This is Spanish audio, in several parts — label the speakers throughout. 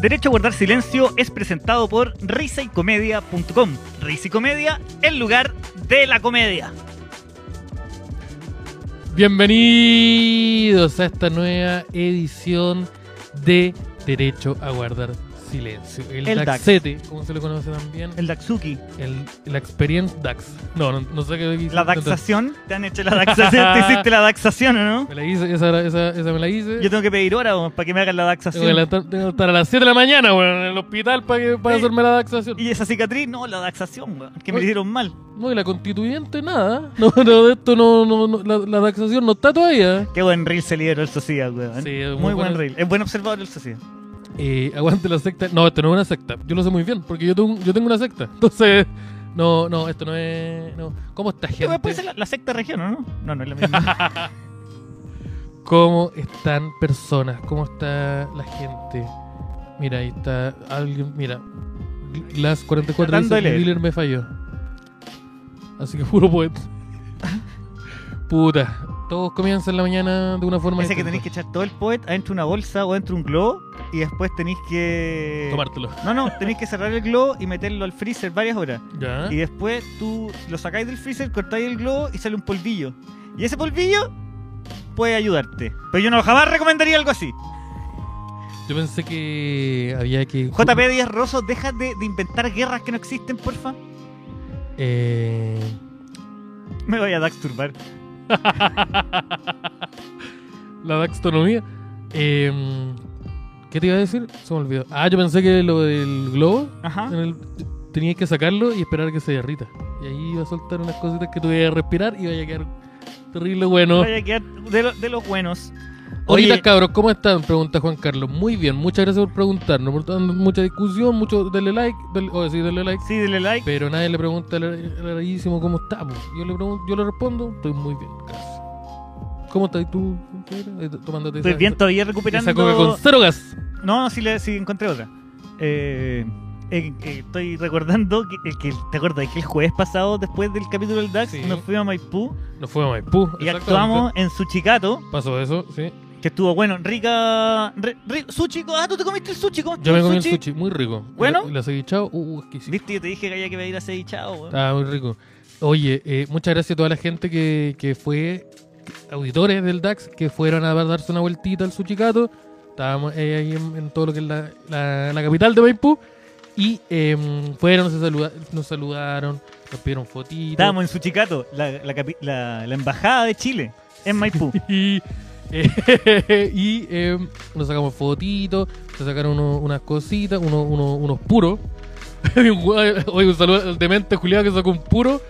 Speaker 1: Derecho a guardar silencio es presentado por risaycomedia.com. Risa y comedia, el lugar de la comedia.
Speaker 2: Bienvenidos a esta nueva edición de Derecho a Guardar Silencio. El,
Speaker 1: El DAX.
Speaker 2: Daxete, como se lo conoce también.
Speaker 1: El Daxuki.
Speaker 2: El, la experiencia Dax. No, no, no sé qué quise
Speaker 1: La
Speaker 2: intentar.
Speaker 1: daxación. ¿Te han hecho la daxación? ¿Te hiciste la daxación o no?
Speaker 2: Me la hice, esa, era- esa, esa me la hice.
Speaker 1: Yo tengo que pedir hora vos, para que me hagan la
Speaker 2: tengo que
Speaker 1: daxación.
Speaker 2: estar, tengo que estar a las 7 de la mañana, weón, en el hospital para, que, para
Speaker 1: Sí.
Speaker 2: hacerme la daxación.
Speaker 1: Y esa cicatriz, no, la daxación, weón, que me le
Speaker 2: Oye.
Speaker 1: hicieron mal.
Speaker 2: No, y la constituyente, nada. No, no, de esto no, no, no, la, la daxación no está todavía.
Speaker 1: Qué buen reel se liberó el Sociedad, weón.
Speaker 2: Sí, es muy
Speaker 1: muy buen
Speaker 2: bueno.
Speaker 1: reel. Es buen observador el Sociedad.
Speaker 2: Eh, aguante la secta. No, esto no es una secta. Yo lo sé muy bien, porque yo, tengo- yo tengo una secta. Entonces, no, no, esto no es. No. ¿Cómo esta
Speaker 1: Pero puede ser
Speaker 2: gente?
Speaker 1: la, la secta región, ¿o ¿no? No, no es la misma.
Speaker 2: ¿Cómo están personas? ¿Cómo está la gente? Mira, ahí está alguien. Mira, las 44
Speaker 1: Tratando de
Speaker 2: dice:
Speaker 1: leer.
Speaker 2: "Mi dealer me falló. Así que puro poeta. Puta. Todos comienzan la mañana de una forma.
Speaker 1: Ese que tenéis
Speaker 2: distinta.
Speaker 1: que echar todo el poet adentro de una bolsa o dentro de un globo y después tenéis que.
Speaker 2: Tomártelo.
Speaker 1: No, no, tenéis que cerrar el globo y meterlo al freezer varias horas.
Speaker 2: Ya.
Speaker 1: Y después tú lo sacáis del freezer, cortáis el globo y sale un polvillo. Y ese polvillo puede ayudarte. Pero yo no jamás recomendaría algo así.
Speaker 2: Yo pensé que había que.
Speaker 1: JP Díaz Rosso, deja de, de inventar guerras que no existen, porfa.
Speaker 2: Eh.
Speaker 1: Me voy a daxturbar.
Speaker 2: La daxonomía. Eh, ¿Qué te iba a decir? Se me olvidó. Ah, yo pensé que lo del globo
Speaker 1: Ajá.
Speaker 2: en el- tenías que sacarlo y esperar a que se derrita. Y ahí iba a soltar unas cositas que tuviera que respirar y vaya a quedar terrible bueno.
Speaker 1: Voy a quedar de, lo- de los buenos.
Speaker 2: Ahorita,
Speaker 1: Oye,
Speaker 2: cabros, ¿cómo están? Pregunta Juan Carlos. Muy bien, muchas gracias por preguntarnos. Por tanto, mucha discusión, mucho dele like, dele- o sí, dele like.
Speaker 1: sí, dale like.
Speaker 2: Pero nadie le pregunta al al Araísimo cómo está. po. Yo le, pregun- yo le respondo, estoy muy bien, gracias. ¿Cómo estás tú? Ahí t- Tomándote
Speaker 1: Estoy
Speaker 2: esa-
Speaker 1: bien
Speaker 2: esa-
Speaker 1: todavía
Speaker 2: esa coca con
Speaker 1: recuperando.
Speaker 2: cero gas.
Speaker 1: No, no, sí, le, sí encontré otra. Eh, eh, eh, estoy recordando que, eh, que- te acuerdas que el jueves pasado, después del capítulo del DAX,
Speaker 2: Sí.
Speaker 1: nos fuimos a Maipú
Speaker 2: Nos fuimos a
Speaker 1: y
Speaker 2: Maipú. exactamente.
Speaker 1: actuamos en Suchicato,
Speaker 2: Pasó eso, sí.
Speaker 1: que estuvo bueno, rica. Re, re- sushi, co- ah, tú te comiste el sushi, ¿cómo
Speaker 2: Yo
Speaker 1: estuvo
Speaker 2: me
Speaker 1: el
Speaker 2: comí el sushi, muy rico.
Speaker 1: Bueno.
Speaker 2: Y la seguí chao, uh, exquisito.
Speaker 1: Viste, yo te dije que había que pedir a Seichao, weón.
Speaker 2: Estaba muy rico. Oye, eh, muchas gracias a toda la gente que, que fue, que- auditores del DAX, que fueron a darse una vueltita al Suchicato. Estábamos eh, ahí en, en todo lo que es la, la- la capital de Maipú. Y em, fueron, se saluda- nos saludaron, nos pidieron fotitos.
Speaker 1: Estábamos en Suchicato, la, la, capi- la- la embajada de Chile, en Maipú.
Speaker 2: Y, eh, y eh, nos sacamos fotitos, se sacaron uno- unas cositas, uno- uno- unos puros. Había un gua- Oye, un saludo al demente Julián que sacó un puro.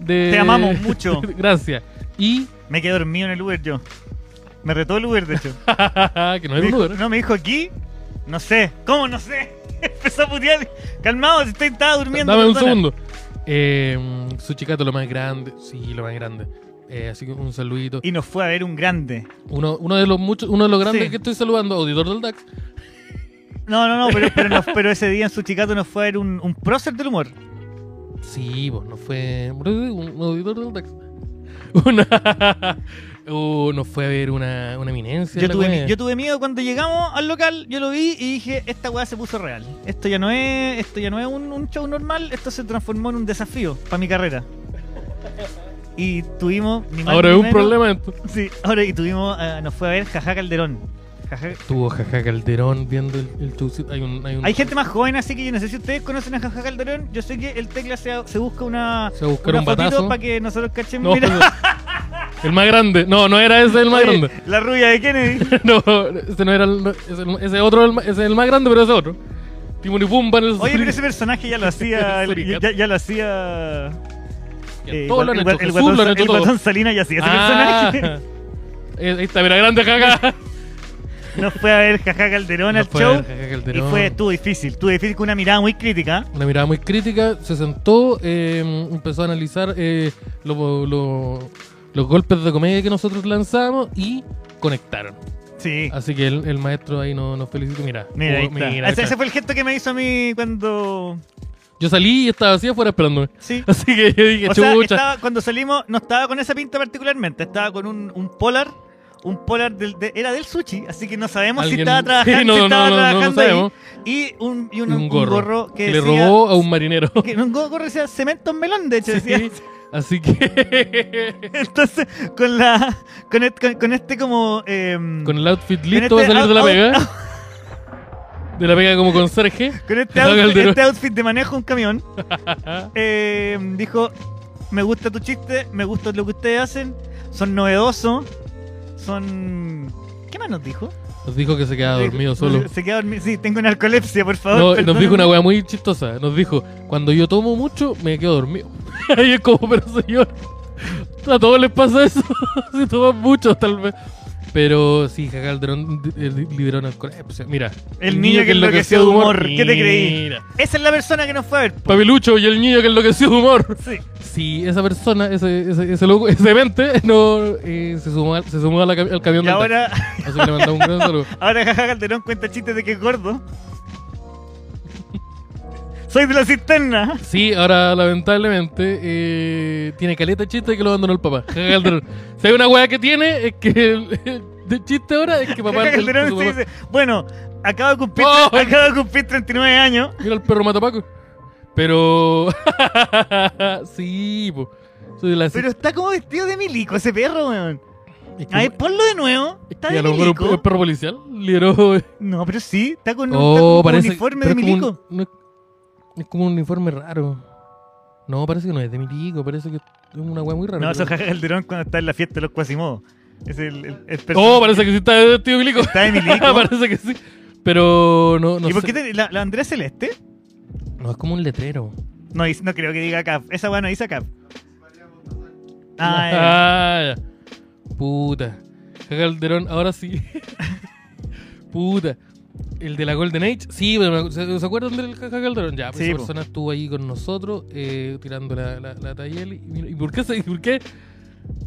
Speaker 2: De...
Speaker 1: Te amamos mucho.
Speaker 2: Gracias. Y.
Speaker 1: Me quedé dormido en el Uber yo. Me retó el Uber, de hecho.
Speaker 2: que no
Speaker 1: Me
Speaker 2: es un
Speaker 1: dijo-
Speaker 2: Uber.
Speaker 1: No, me dijo aquí. No sé. ¿Cómo no sé? Empezó a putear. Calmado, si estoy, estaba durmiendo.
Speaker 2: Dame un
Speaker 1: perdona.
Speaker 2: segundo. Eh, su chicato, lo más grande. Sí, lo más grande. Eh, así que un saludito.
Speaker 1: Y nos fue a ver un grande.
Speaker 2: Uno, uno de los muchos, uno de los grandes
Speaker 1: Sí.
Speaker 2: que estoy saludando, auditor del DAX.
Speaker 1: No, no, no, pero, pero, nos- pero ese día en su chicato nos fue a ver un, un prócer del humor.
Speaker 2: Sí, pues no fue. Un un auditor del DAX. Una. Uh, nos fue a ver una, una eminencia.
Speaker 1: yo,
Speaker 2: la
Speaker 1: tuve, mi-
Speaker 2: wea.
Speaker 1: yo tuve miedo cuando llegamos al local, yo lo vi y dije, esta weá se puso real. Esto ya no es, esto ya no es un, un show normal, esto se transformó en un desafío para mi carrera. Y tuvimos... ni más
Speaker 2: Ahora es
Speaker 1: ni
Speaker 2: un
Speaker 1: menos-
Speaker 2: problema esto.
Speaker 1: Sí, ahora y tuvimos, eh, nos fue a ver Jajá Calderón. Jajá,
Speaker 2: Estuvo Jaja Calderón viendo el, el showcito. Hay un. Hay un
Speaker 1: Hay gente más joven, así que yo no sé si ustedes conocen a Jaja Calderón. Yo sé que el tecla se, se busca una,
Speaker 2: se buscaron
Speaker 1: una
Speaker 2: un batazo.
Speaker 1: para que nosotros cachemos.
Speaker 2: No,
Speaker 1: Mira,
Speaker 2: el más grande. No, no era ese el más
Speaker 1: oye,
Speaker 2: grande.
Speaker 1: la rubia de Kennedy.
Speaker 2: No, ese no era el, no, ese, ese otro, el ma- ese es el más grande, pero ese otro. Timon y Pumba en el
Speaker 1: Oye, pero
Speaker 2: Suri-
Speaker 1: ese personaje ya lo hacía. el-
Speaker 2: Suricato.
Speaker 1: ya, ya lo hacía. eh,
Speaker 2: Todos lo
Speaker 1: el,
Speaker 2: han
Speaker 1: gua-
Speaker 2: hecho.
Speaker 1: el
Speaker 2: Jesús lo
Speaker 1: guatón,
Speaker 2: han hecho
Speaker 1: el
Speaker 2: todo.
Speaker 1: guatón Salinas ya hacía ese
Speaker 2: Ah,
Speaker 1: personaje.
Speaker 2: eh, Ahí está, mira, grande Jaja.
Speaker 1: Nos fue a ver Jaja Calderón
Speaker 2: No
Speaker 1: al
Speaker 2: fue
Speaker 1: show.
Speaker 2: Jaja
Speaker 1: Y
Speaker 2: Calderón.
Speaker 1: fue, estuvo difícil. Estuvo difícil con una mirada muy crítica.
Speaker 2: una mirada muy crítica, se sentó, eh, empezó a analizar eh, lo- lo- los golpes de comedia que nosotros lanzamos y conectaron.
Speaker 1: Sí.
Speaker 2: Así que el, el maestro ahí nos, nos felicitó. Mira,
Speaker 1: Mira, ahí
Speaker 2: Ah,
Speaker 1: está.
Speaker 2: oh, mira,
Speaker 1: ese,
Speaker 2: ahí
Speaker 1: ese
Speaker 2: está.
Speaker 1: fue el gesto que me hizo a mí cuando.
Speaker 2: yo salí y estaba así afuera esperándome.
Speaker 1: Sí.
Speaker 2: Así que yo dije,
Speaker 1: O sea,
Speaker 2: chucha.
Speaker 1: estaba- cuando salimos, no estaba con esa pinta particularmente, estaba con un, un polar. Un polar del, de- era del sushi, así que no sabemos si
Speaker 2: alguien-
Speaker 1: estaba trabajando,
Speaker 2: Sí, no,
Speaker 1: si
Speaker 2: no,
Speaker 1: estaba
Speaker 2: no, no, no
Speaker 1: trabajando ahí.
Speaker 2: sabemos.
Speaker 1: Y un, y un, un
Speaker 2: Y un gorro.
Speaker 1: que,
Speaker 2: que le
Speaker 1: decía-
Speaker 2: robó a un marinero.
Speaker 1: que un gorro decía cemento en melón, de hecho.
Speaker 2: Sí,
Speaker 1: decía.
Speaker 2: Así que
Speaker 1: Entonces, con la con, et- con- con este como... em,
Speaker 2: con el outfit
Speaker 1: Con
Speaker 2: listo va a
Speaker 1: este
Speaker 2: salir de la
Speaker 1: out-
Speaker 2: pega. De la pega como conserje.
Speaker 1: Con este
Speaker 2: Lo haga el
Speaker 1: outfit,
Speaker 2: de nuevo.
Speaker 1: este outfit de manejo un camión, eh, dijo, me gusta tu chiste, me gusta lo que ustedes hacen, son novedosos, son... ¿Qué más nos dijo?
Speaker 2: Nos dijo que se quedaba dormido solo.
Speaker 1: Se queda dormido. Sí, tengo narcolepsia, por favor.
Speaker 2: No, nos
Speaker 1: perdónenme.
Speaker 2: dijo una weá muy chistosa. Nos dijo, cuando yo tomo mucho, me quedo dormido. y es como, pero señor, a todos les pasa eso. si toman mucho, tal vez. Pero sí, Jaca Calderón eh, lideró una narcolepsia. Mira.
Speaker 1: El niño que enloqueció de humor. ¿Qué te creí?
Speaker 2: Mira.
Speaker 1: Esa es la persona que nos fue a ver. po.
Speaker 2: Pabilucho y el niño que enloqueció de humor.
Speaker 1: Sí.
Speaker 2: Sí, esa persona, ese, ese, ese loco, ese mente, no, eh, se sumó, al- se sumó a la cami- al camión
Speaker 1: Y
Speaker 2: del
Speaker 1: ahora,
Speaker 2: taxi. Así que le mandamos un gran saludo.
Speaker 1: ahora Jaja Calderón cuenta chistes de que es gordo. Soy de la cisterna.
Speaker 2: Sí, ahora lamentablemente eh, tiene caleta de chiste que lo abandonó el papá. Jaja Calderón. si hay una weá que tiene, es que el, el- de chiste ahora es que papá.
Speaker 1: Jaja
Speaker 2: el-
Speaker 1: Calderón
Speaker 2: su
Speaker 1: se
Speaker 2: papá-
Speaker 1: dice, bueno, acabo de cumplir,
Speaker 2: Oh.
Speaker 1: acabo de cumplir 39 años.
Speaker 2: Mira el perro matapaco. Pero. sí, po. Soy de la-
Speaker 1: Pero está como vestido de milico ese perro, weón.
Speaker 2: es que-
Speaker 1: A ver, ponlo de nuevo.
Speaker 2: es
Speaker 1: Está
Speaker 2: que
Speaker 1: de
Speaker 2: a lo mejor
Speaker 1: milico.
Speaker 2: un, un perro policial lideró.
Speaker 1: No, pero sí, está con un, está con
Speaker 2: Oh,
Speaker 1: un
Speaker 2: parece.
Speaker 1: uniforme de
Speaker 2: pero es como un-
Speaker 1: milico.
Speaker 2: no es, es como un uniforme raro. No, parece que no es de milico, parece que es una weá muy rara.
Speaker 1: No, eso
Speaker 2: pero-
Speaker 1: es Jaja Calderón cuando está en la fiesta de los Quasimodos. Es el, el, el personaje
Speaker 2: Oh, parece que sí está de tío milico.
Speaker 1: Está de milico.
Speaker 2: parece que sí. Pero no, no
Speaker 1: ¿Y por
Speaker 2: sé.
Speaker 1: qué te- la, la Andrea Celeste?
Speaker 2: No, es como un letrero.
Speaker 1: No, dice- no creo que diga Cap. Esa weá no dice Cap. Ah,
Speaker 2: Ah, ya. Puta. Jaja Calderón, ahora sí. Puta. El de la Golden Age, sí, pero me- ¿se, se acuerdan del Jaja Calderón? Ya, pues
Speaker 1: Sí,
Speaker 2: esa
Speaker 1: po.
Speaker 2: persona estuvo ahí con nosotros eh, tirando la, la, la talla. Y, mira, ¿y por qué? se- y ¿Por qué?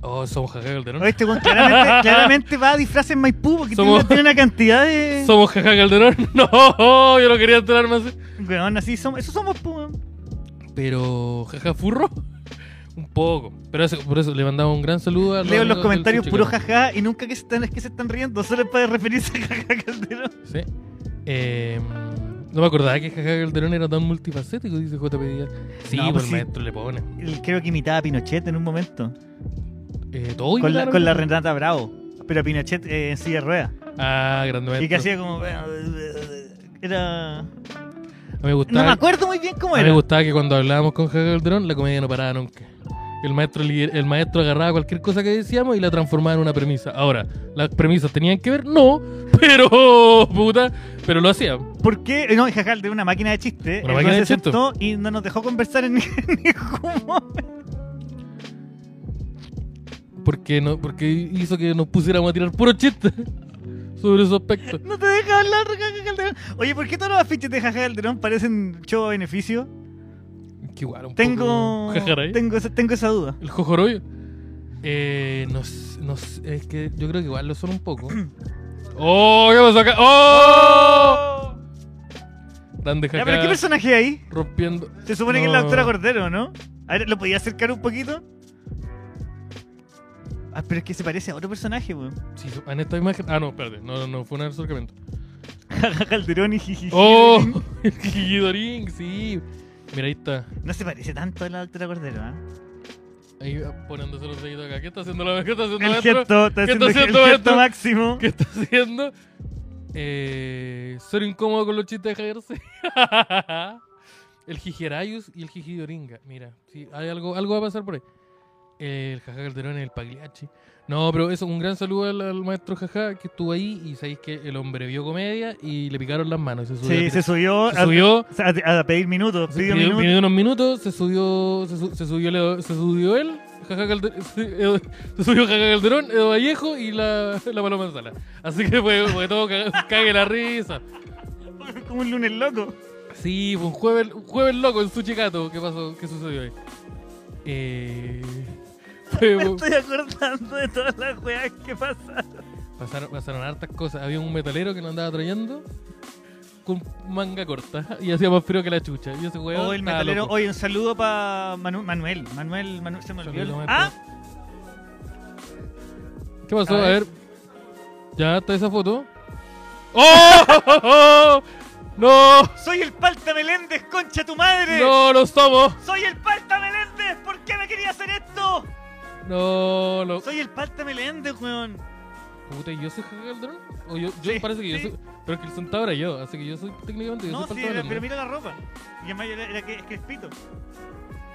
Speaker 2: Oh, somos Jaja
Speaker 1: ya.
Speaker 2: Calderón.
Speaker 1: Oye, este weón claramente, claramente va a disfraz en Maipú porque tiene-
Speaker 2: Somos-
Speaker 1: tiene una cantidad de.
Speaker 2: Somos Jaja Calderón. No, yo no quería enterarme así.
Speaker 1: Weón, así somos. Eso somos, pu, weón.
Speaker 2: Pero, jaja, furro. Un poco. Pero eso- por eso le mandaba un gran saludo
Speaker 1: Leo
Speaker 2: a
Speaker 1: los
Speaker 2: amigos del
Speaker 1: comentarios puro
Speaker 2: Chicago.
Speaker 1: jaja y nunca que se están, es que se están riendo, solo es para referirse a jaja Calderón.
Speaker 2: Sí. Eh, no me acordaba que Jaja Calderón era tan multifacético, dice JP Díaz. Sí,
Speaker 1: No,
Speaker 2: por
Speaker 1: pues
Speaker 2: el
Speaker 1: sí.
Speaker 2: maestro le pone.
Speaker 1: El- Creo que imitaba a Pinochet en un momento.
Speaker 2: Eh, todo
Speaker 1: Con la,
Speaker 2: imitaron.
Speaker 1: con la Renata Bravo. Pero Pinochet eh, en silla de ruedas.
Speaker 2: Ah, grande maestro.
Speaker 1: Y que hacía como. Era.
Speaker 2: A mí me gustaba,
Speaker 1: No me acuerdo muy bien cómo
Speaker 2: a mí me
Speaker 1: era.
Speaker 2: gustaba que cuando hablábamos con Jaja Calderón, la comedia no paraba nunca. El maestro, lider- el maestro agarraba cualquier cosa que decíamos y la transformaba en una premisa. Ahora, ¿las premisas tenían que ver? No, pero puta, pero lo hacía.
Speaker 1: ¿Por qué? No, Jajal de una máquina de chiste.
Speaker 2: Una
Speaker 1: el
Speaker 2: máquina
Speaker 1: weón
Speaker 2: de
Speaker 1: se
Speaker 2: chiste.
Speaker 1: sentó y no nos dejó conversar en ningún momento.
Speaker 2: Porque, no, porque hizo que nos pusiéramos a tirar puro chiste sobre esos aspectos.
Speaker 1: No te deja hablar, Jajal Calderón. Oye, ¿por qué todos los afiches de Jajal Calderón parecen show a beneficio?
Speaker 2: Que igual, un
Speaker 1: Tengo.
Speaker 2: poco jajaray.
Speaker 1: Tengo, esa- tengo esa duda.
Speaker 2: El jojoroyo. Eh, no, s- no s- es que yo creo que igual lo son un poco. ¡Oh! ¿Qué pasó acá? ¡Oh! Grande
Speaker 1: Oh. Ya, ¿Pero qué
Speaker 2: jajaray.
Speaker 1: personaje hay? ahí?
Speaker 2: Rompiendo.
Speaker 1: Se supone que es la
Speaker 2: No.
Speaker 1: doctora Cordero, ¿no? A ver, ¿lo podía acercar un poquito? Ah, pero es que se parece a otro personaje, weón.
Speaker 2: Sí, su- en esta imagen. Ah, no, espérate. No, no, no, fue un acercamiento.
Speaker 1: Jaja Calderón y jiji.
Speaker 2: ¡Oh! El Gidorín, sí. Mira, ahí está.
Speaker 1: No se parece tanto a la doctora Cordero, ¿ah?
Speaker 2: Ahí va poniéndose los deditos acá. ¿Qué está haciendo la ¿Qué está haciendo
Speaker 1: El
Speaker 2: maestro?
Speaker 1: gesto, está
Speaker 2: ¿Qué
Speaker 1: haciendo
Speaker 2: está
Speaker 1: el
Speaker 2: haciendo
Speaker 1: gesto
Speaker 2: esto?
Speaker 1: máximo.
Speaker 2: ¿Qué está haciendo? Eh, ser incómodo con los chistes de Jairse. el Jijerayus y el Jijidoringa. Mira, sí, hay algo, algo va a pasar por ahí. El Jaja Calderón y el Pagliacci. No, pero eso, un gran saludo al, al maestro Jaja que estuvo ahí y sabéis que el hombre vio comedia y le picaron las manos. y Se subió,
Speaker 1: Sí,
Speaker 2: a-
Speaker 1: se subió,
Speaker 2: se subió
Speaker 1: A, a- a pedir minutos.
Speaker 2: se
Speaker 1: Pidió
Speaker 2: pidió-
Speaker 1: minutos.
Speaker 2: pidió unos minutos, se subió, se, su- se subió, Leo- se subió él, Jaja Calder- se, Edo- se subió Jaja Calderón, Edo Vallejo y la, la Paloma Sala. Así que fue, fue todo cague, cague la risa.
Speaker 1: Como un lunes loco.
Speaker 2: Sí, fue un jueves, un jueves loco en Suchicato. ¿Qué pasó? ¿Qué sucedió ahí? Eh, fue-
Speaker 1: Me estoy acordando de todas las weas que pasaron.
Speaker 2: pasaron, pasaron hartas cosas. Había un metalero que nos andaba trayendo con manga corta y hacía más frío que la chucha. Y ese weón
Speaker 1: Oh, el
Speaker 2: estaba
Speaker 1: metalero.
Speaker 2: loco.
Speaker 1: Oye, un saludo para Manuel. Manuel, Manuel, se me olvidó. el-
Speaker 2: Saludo,
Speaker 1: ah,
Speaker 2: maestro. ¿Qué pasó?
Speaker 1: A
Speaker 2: A
Speaker 1: ver.
Speaker 2: ver. Ya está esa foto. ¡Oh! ¡No!
Speaker 1: ¡Soy el Palta Meléndez, concha tu madre!
Speaker 2: ¡No lo somos!
Speaker 1: ¡Soy el Palta Meléndez! ¿Por qué me quería hacer esto?
Speaker 2: ¡No lo.
Speaker 1: ¡Soy el Palta Meléndez, weón!
Speaker 2: Puta, ¿y yo soy Jaca Calderón? O yo, yo
Speaker 1: Sí,
Speaker 2: parece que
Speaker 1: sí.
Speaker 2: yo soy. Pero es que el centauro era yo, así que yo soy técnicamente. Yo
Speaker 1: No,
Speaker 2: soy
Speaker 1: sí,
Speaker 2: Falta
Speaker 1: era-
Speaker 2: Meléndez.
Speaker 1: pero mira la ropa. Y además era, era que es crespito.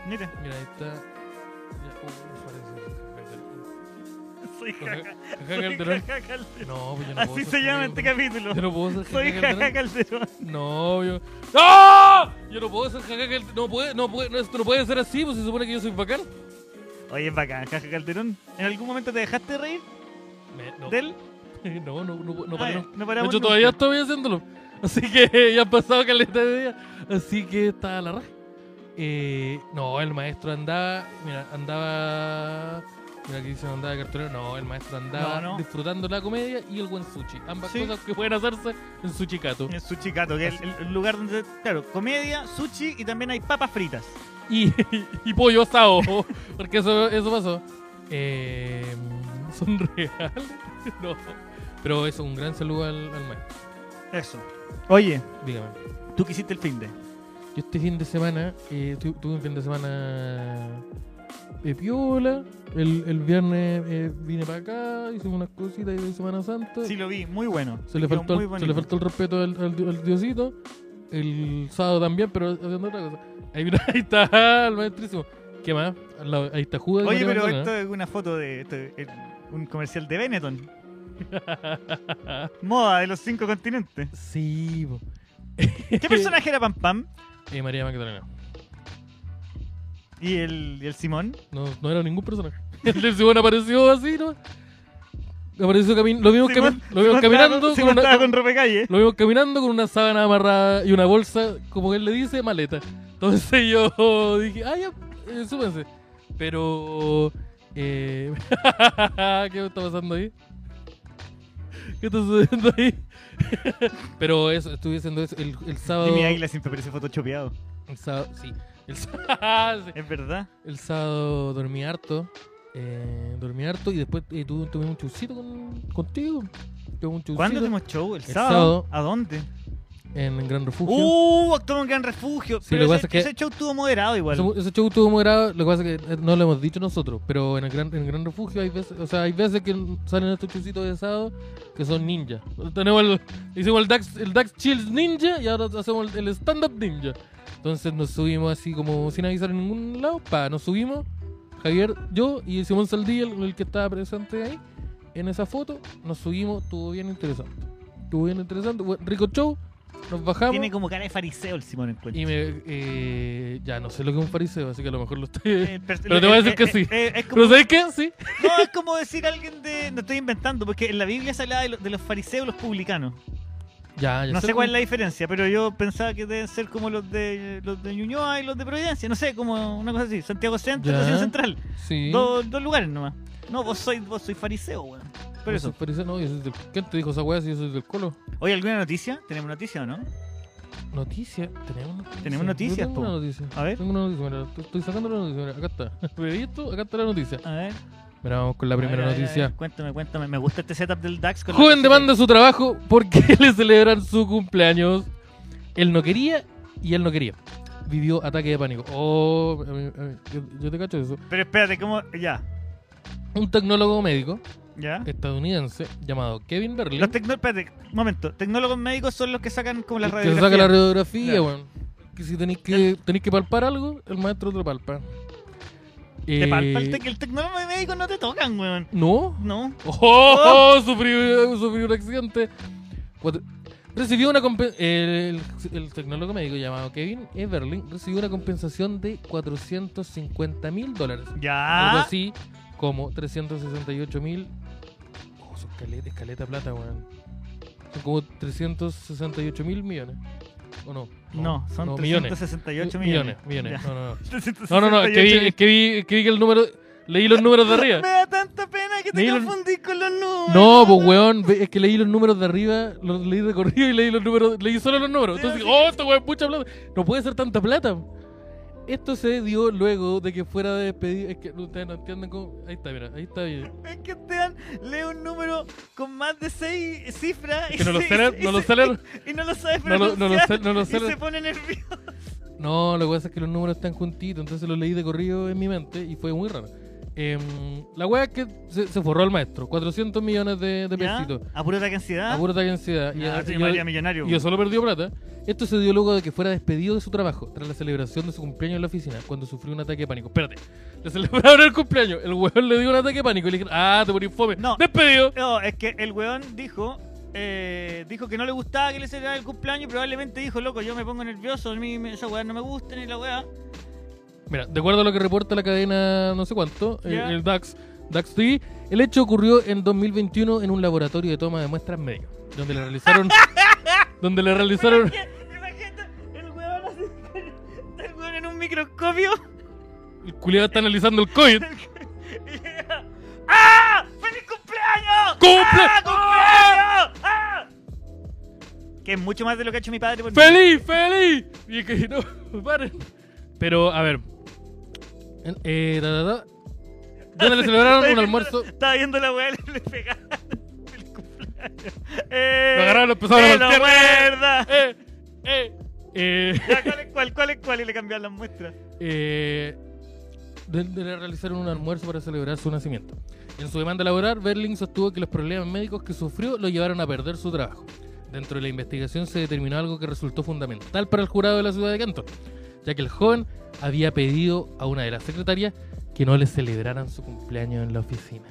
Speaker 1: Mira,
Speaker 2: Mira, ahí está. Ya, uh, parece Jaca Calderón.
Speaker 1: soy jaja.
Speaker 2: Jaca
Speaker 1: Soy
Speaker 2: Calderón.
Speaker 1: Jaja Calderón.
Speaker 2: No, pues yo no puedo
Speaker 1: Así se
Speaker 2: ser Jaca
Speaker 1: llama este
Speaker 2: Calderón.
Speaker 1: capítulo.
Speaker 2: Yo no puedo ser
Speaker 1: Soy
Speaker 2: Jaca Calderón.
Speaker 1: Jaja Calderón.
Speaker 2: No, yo. ¡No! Yo no puedo ser Jaca Calderón. No puede, no puede, no, esto no puede ser así, pues se supone que yo soy bacán.
Speaker 1: Oye, es bacán, Jaja Calderón. ¿En algún momento te dejaste de reír
Speaker 2: Me- no.
Speaker 1: de él?
Speaker 2: No, no, no, no
Speaker 1: Ah,
Speaker 2: paré, no.
Speaker 1: ya, no
Speaker 2: de
Speaker 1: paramos
Speaker 2: hecho,
Speaker 1: nunca.
Speaker 2: todavía estoy haciéndolo. Así que ya han pasado caleta de día. Así que está la raja. Eh, no, el maestro andaba. Mira, andaba. Mira, aquí dice andaba de cartonero. No, el maestro andaba
Speaker 1: No, no.
Speaker 2: disfrutando la comedia y el buen sushi. Ambas
Speaker 1: Sí.
Speaker 2: cosas que pueden hacerse en sushi cato.
Speaker 1: En Sushi Cato, que es el, el lugar donde, claro, comedia, sushi y también hay papas fritas.
Speaker 2: Y, y pollo asado. porque eso, eso pasó. Eh, ¿Son reales? No. Pero eso, un gran saludo al, al maestro.
Speaker 1: Eso. Oye,
Speaker 2: Dígame.
Speaker 1: tú que hiciste el fin de.
Speaker 2: Yo este fin de semana, eh, tu- tuve un fin de semana de piola. El, el viernes eh, vine para acá, hicimos unas cositas ahí de Semana Santa.
Speaker 1: Sí, lo vi, muy bueno.
Speaker 2: se, le
Speaker 1: Quedó
Speaker 2: faltó,
Speaker 1: muy
Speaker 2: el- se le
Speaker 1: bonito.
Speaker 2: faltó el respeto al, al di- al diosito. El sábado también, pero haciendo otra cosa. Ahí, mira, ahí está el maestrísimo. ¿Qué más? Al lado- ahí está Judas.
Speaker 1: Oye,
Speaker 2: María
Speaker 1: pero
Speaker 2: Magdalena.
Speaker 1: esto es una foto de esto es el- un comercial de Benetton. Moda de los cinco continentes.
Speaker 2: Sí, po.
Speaker 1: ¿Qué personaje era Pam Pam?
Speaker 2: Eh, María Magdalena.
Speaker 1: ¿Y el, y el Simón?
Speaker 2: No, no era ningún personaje. El del Simón apareció así, ¿no? Apareció camin- lo vimos,
Speaker 1: Simón-
Speaker 2: cami- lo vimos
Speaker 1: Simón
Speaker 2: caminando
Speaker 1: estaba con-
Speaker 2: con
Speaker 1: Simón
Speaker 2: una-
Speaker 1: estaba con ropa de calle.
Speaker 2: Lo vimos caminando con una sábana amarrada y una bolsa, como él le dice, maleta. Entonces yo dije, ah, ya, eh, súbanse. Pero. eh, ¿Qué está pasando ahí? ¿Qué está sucediendo ahí? Pero eso, estuve haciendo eso el, el sábado.
Speaker 1: Jimmy Águila siempre aparece photoshopeado.
Speaker 2: El sábado, sí. El sábado, sí.
Speaker 1: Es verdad.
Speaker 2: El sábado dormí harto. Eh, dormí harto y después eh, tuve, tuve un chucito con- contigo. Tuve un chucito
Speaker 1: ¿Cuándo tuvimos show? ¿El,
Speaker 2: El
Speaker 1: sábado?
Speaker 2: sábado.
Speaker 1: ¿A dónde?
Speaker 2: en Gran Refugio.
Speaker 1: ¡Uh! Actuamos en Gran Refugio.
Speaker 2: Sí,
Speaker 1: pero
Speaker 2: lo que
Speaker 1: ese,
Speaker 2: pasa es que-
Speaker 1: ese show estuvo moderado igual.
Speaker 2: Ese, ese show estuvo moderado, lo que pasa es que eh, no lo hemos dicho nosotros, pero en el Gran, en el gran Refugio hay veces, o sea, hay veces que salen estos chusitos de sábado que son ninjas. Tenemos el, hicimos el Dax, el Dax Chills Ninja y ahora hacemos el, el stand-up ninja. Entonces nos subimos así como sin avisar en ningún lado, pa, nos subimos, Javier, yo y Simón Saldí, el, el que estaba presente ahí, en esa foto, nos subimos, estuvo bien interesante. Estuvo bien interesante, buen- rico show, nos bajamos.
Speaker 1: Tiene como cara de fariseo el Simón encuentro.
Speaker 2: Y me. eh, ya no sé lo que es un fariseo, así que a lo mejor lo estoy.
Speaker 1: Eh, pero,
Speaker 2: te voy a decir que sí.
Speaker 1: es como,
Speaker 2: ¿Pero sabes qué? Sí.
Speaker 1: no, es como decir a alguien de. No estoy inventando, porque en la Biblia se hablaba de, lo- de los fariseos y los publicanos.
Speaker 2: Ya, ya
Speaker 1: No sé
Speaker 2: lo
Speaker 1: cuál es
Speaker 2: que-
Speaker 1: la diferencia, pero yo pensaba que deben ser como los de los de Ñuñoa y los de Providencia. No sé, como una cosa así. Santiago Centro,
Speaker 2: Ya.
Speaker 1: Nación Central.
Speaker 2: Sí.
Speaker 1: Dos, dos lugares nomás. No, vos sois, vos sois fariseo, weón. Pero
Speaker 2: No soy
Speaker 1: eso.
Speaker 2: fariseo, no, yo soy del- ¿Quién te dijo esa weá si yo soy del colo?
Speaker 1: Oye, ¿alguna noticia? ¿Tenemos noticia o no?
Speaker 2: Noticia. Tenemos noticias.
Speaker 1: Tenemos noticias,
Speaker 2: Yo Tengo una
Speaker 1: po.
Speaker 2: noticia.
Speaker 1: A ver.
Speaker 2: Tengo una noticia. Mira, estoy- estoy sacando la noticia. Mira, acá está. ¿Veis esto? Acá está la noticia.
Speaker 1: A ver.
Speaker 2: Mira, vamos con la primera
Speaker 1: A ver, a ver, a ver,
Speaker 2: noticia.
Speaker 1: Cuéntame, cuéntame. Me gusta este setup del DAX. Con la
Speaker 2: Joven
Speaker 1: cosa
Speaker 2: demanda su trabajo porque le celebran su cumpleaños. Él no quería y él no quería. Vivió ataque de pánico. Oh, a mí- a mí- yo, yo te cacho eso.
Speaker 1: que- Pero espérate, ¿cómo? Ya.
Speaker 2: Un tecnólogo médico
Speaker 1: Ya.
Speaker 2: estadounidense llamado Kevin Berlin.
Speaker 1: Los tecno... Espérate, un momento. Tecnólogos médicos son los que sacan como las
Speaker 2: que se
Speaker 1: radiografías.
Speaker 2: saca la radiografía,
Speaker 1: Ya.
Speaker 2: weón. Que si tenéis que, tenéis que palpar algo, el maestro te lo palpa.
Speaker 1: Te
Speaker 2: Eh,
Speaker 1: palpa el, tec- el tecnólogo médico no te tocan, weón.
Speaker 2: ¿No?
Speaker 1: No.
Speaker 2: ¡Oh! oh, Sufrí, sufrí un accidente. Cuatro- Recibió una compen- el, el tecnólogo médico llamado Kevin Everling recibió una compensación de 450 mil dólares. Algo
Speaker 1: Ya.
Speaker 2: así como 368 mil. Oh, son caleta, escaleta plata, weón. Son como 368 mil millones. ¿O no?
Speaker 1: No, son
Speaker 2: millones.
Speaker 1: 368 millones.
Speaker 2: millones. Millones,
Speaker 1: Ya.
Speaker 2: No, no, no. No, no, no, es que vi,
Speaker 1: 368
Speaker 2: es que vi, es que vi que el número. Leí los números de
Speaker 1: Me
Speaker 2: arriba.
Speaker 1: da tanta pena que te
Speaker 2: Ni lo-
Speaker 1: confundís con los números.
Speaker 2: No, pues weón, ve- es que leí los números de arriba, los leí de corrido y leí los números, leí solo los números.
Speaker 1: Sí,
Speaker 2: Entonces,
Speaker 1: sí.
Speaker 2: oh, esta weón es mucha plata. No puede ser tanta plata. Esto se dio luego de que fuera despedido. Es que ustedes no entienden cómo. Ahí está, mira, ahí está bien.
Speaker 1: Es que ustedes lee un número con más de seis cifras
Speaker 2: que no lo
Speaker 1: se-
Speaker 2: salen-
Speaker 1: y
Speaker 2: no lo
Speaker 1: se-
Speaker 2: salen.
Speaker 1: y no lo sabe
Speaker 2: No lo-
Speaker 1: pronunciar
Speaker 2: no lo sal- no lo
Speaker 1: y
Speaker 2: salen.
Speaker 1: se pone nervioso.
Speaker 2: No, lo que pasa es que los números están juntitos, entonces lo leí de corrido en mi mente y fue muy raro. Em, la wea es que se, se forró el maestro, 400 millones de, de
Speaker 1: ¿Ya?
Speaker 2: pesitos.
Speaker 1: A pura ataque de ansiedad.
Speaker 2: A puro ataque de ansiedad. Y-
Speaker 1: Ah,
Speaker 2: y-
Speaker 1: sí,
Speaker 2: y-
Speaker 1: María millonario.
Speaker 2: Y yo solo perdió plata. Esto se dio luego de que fuera despedido de su trabajo tras la celebración de su cumpleaños en la oficina cuando sufrió un ataque de pánico. Espérate, le celebraron el cumpleaños. El huevón le dio un ataque de pánico y le dijeron, ah, te ponís fome.
Speaker 1: No.
Speaker 2: ¡Despedido!
Speaker 1: No, es que el weón dijo. eh, dijo que no le gustaba que le celebrara el cumpleaños. Probablemente dijo, loco, yo me pongo nervioso. A mí me- esa weá no me gusta ni la weá.
Speaker 2: Mira, de acuerdo a lo que reporta la cadena no sé cuánto, eh,
Speaker 1: Ya.
Speaker 2: el DAX, DAX TV, el hecho ocurrió en 2021 en un laboratorio de toma de muestras médicas, donde le realizaron... donde le realizaron...
Speaker 1: Imagínate- imagínate el weón así, el weón en un microscopio.
Speaker 2: El culiado está analizando el COVID.
Speaker 1: y llega, ¡Ah! ¡Feliz cumpleaños!
Speaker 2: ¡Cumple-
Speaker 1: ¡Ah! ¡Cumpleaños! ¡Ah! Que es mucho más de lo que ha hecho mi padre por mí.
Speaker 2: ¡Feliz, feliz! Y que no, paren. Pero, a ver. En- Eh, ta, ta, ta. Donde le celebraron un almuerzo.
Speaker 1: Estaba viendo la weá y le pegaron. ¡Feliz cumpleaños! Eh,
Speaker 2: Lo agarraron, lo empezaron a
Speaker 1: ¡Que lo
Speaker 2: golpear.
Speaker 1: muerda!
Speaker 2: Eh, eh, eh,
Speaker 1: Ya, ¿Cuál es cuál? ¿Cuál es cuál? Y le cambiaron las muestras.
Speaker 2: eh, donde le realizaron un almuerzo para celebrar su nacimiento. En su demanda laboral, Berling sostuvo que los problemas médicos que sufrió lo llevaron a perder su trabajo. Dentro de la investigación se determinó algo que resultó fundamental para el jurado de la ciudad de Canton, ya que el joven había pedido a una de las secretarias que no le celebraran su cumpleaños en la oficina.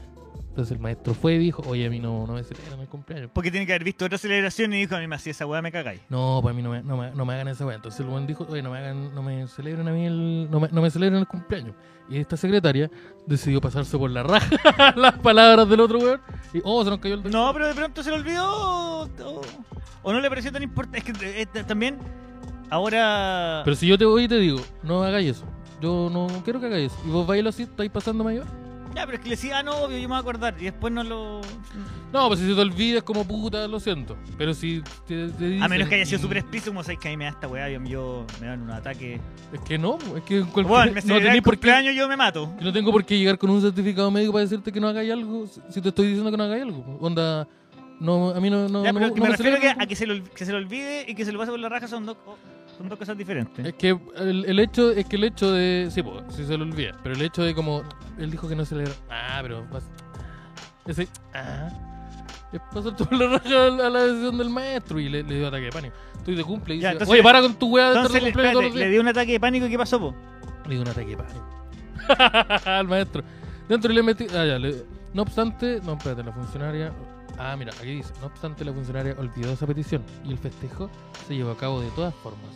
Speaker 2: Entonces el maestro fue y dijo, oye, a mí no, no me celebran el cumpleaños.
Speaker 1: Porque tiene que haber visto otra celebración y dijo, a mí me hacía esa weá, me cagáis.
Speaker 2: No, para mí no me, no me- no me hagan esa weá. Entonces el buen dijo, oye, no me hagan, no me celebren a mí el, no me, no me celebren el cumpleaños. Y esta secretaria decidió pasarse por la raja las palabras del otro weón. Y, oh, se nos cayó el dedo.
Speaker 1: No, pero de pronto se lo olvidó o, o- o no le pareció tan importante. Es que eh, t- también ahora...
Speaker 2: Pero si yo te voy y te digo, no hagáis eso. Yo no quiero que hagáis eso. Y vos vais y lo así, estáis pasando mayor.
Speaker 1: Ya, pero es que le decía, ah, no, obvio, yo me voy a acordar. Y después no lo...
Speaker 2: No, pues si se te olvidas como puta, lo siento. Pero si te, te
Speaker 1: A menos
Speaker 2: dicen,
Speaker 1: que haya sido
Speaker 2: mm,
Speaker 1: súper explícito, como sabéis que a mí me da esta weá, yo, yo me dan un ataque.
Speaker 2: Es que no, es que en cualquier
Speaker 1: Bueno, me
Speaker 2: no
Speaker 1: celebra
Speaker 2: tenéis
Speaker 1: el
Speaker 2: por qué.
Speaker 1: cumpleaños, yo me mato.
Speaker 2: Yo no tengo por qué llegar con un certificado médico para decirte que no hagáis algo si- si te estoy diciendo que no hagáis algo. Onda, no, a mí no, no,
Speaker 1: Ya,
Speaker 2: no-
Speaker 1: pero
Speaker 2: no
Speaker 1: que me refiero que
Speaker 2: celebra.
Speaker 1: a que se, lo, ol- que se lo olvide y que se lo pase por la raja son dos, co- son dos cosas diferentes.
Speaker 2: Es que el, el hecho es que el hecho de sí, po, si se lo olvida, pero el hecho de como él dijo que no celebra. Ah, pero vas- ese ah es pasar toda la raja a la, a la decisión del maestro y le, le dio ataque de pánico. Estoy de cumple y
Speaker 1: Ya,
Speaker 2: dice,
Speaker 1: entonces-
Speaker 2: "Oye, para con tu wea de estar de
Speaker 1: Entonces, le,
Speaker 2: cumpleaños todos
Speaker 1: espérate,
Speaker 2: los
Speaker 1: le
Speaker 2: días".
Speaker 1: dio un ataque de pánico y ¿qué pasó, po?
Speaker 2: Le dio un ataque de pánico. Al maestro. Dentro le metí. Ah, ya, le- No obstante. No, espérate, la funcionaria. Ah, mira, aquí dice. No obstante, la funcionaria olvidó esa petición y el festejo se llevó a cabo de todas formas.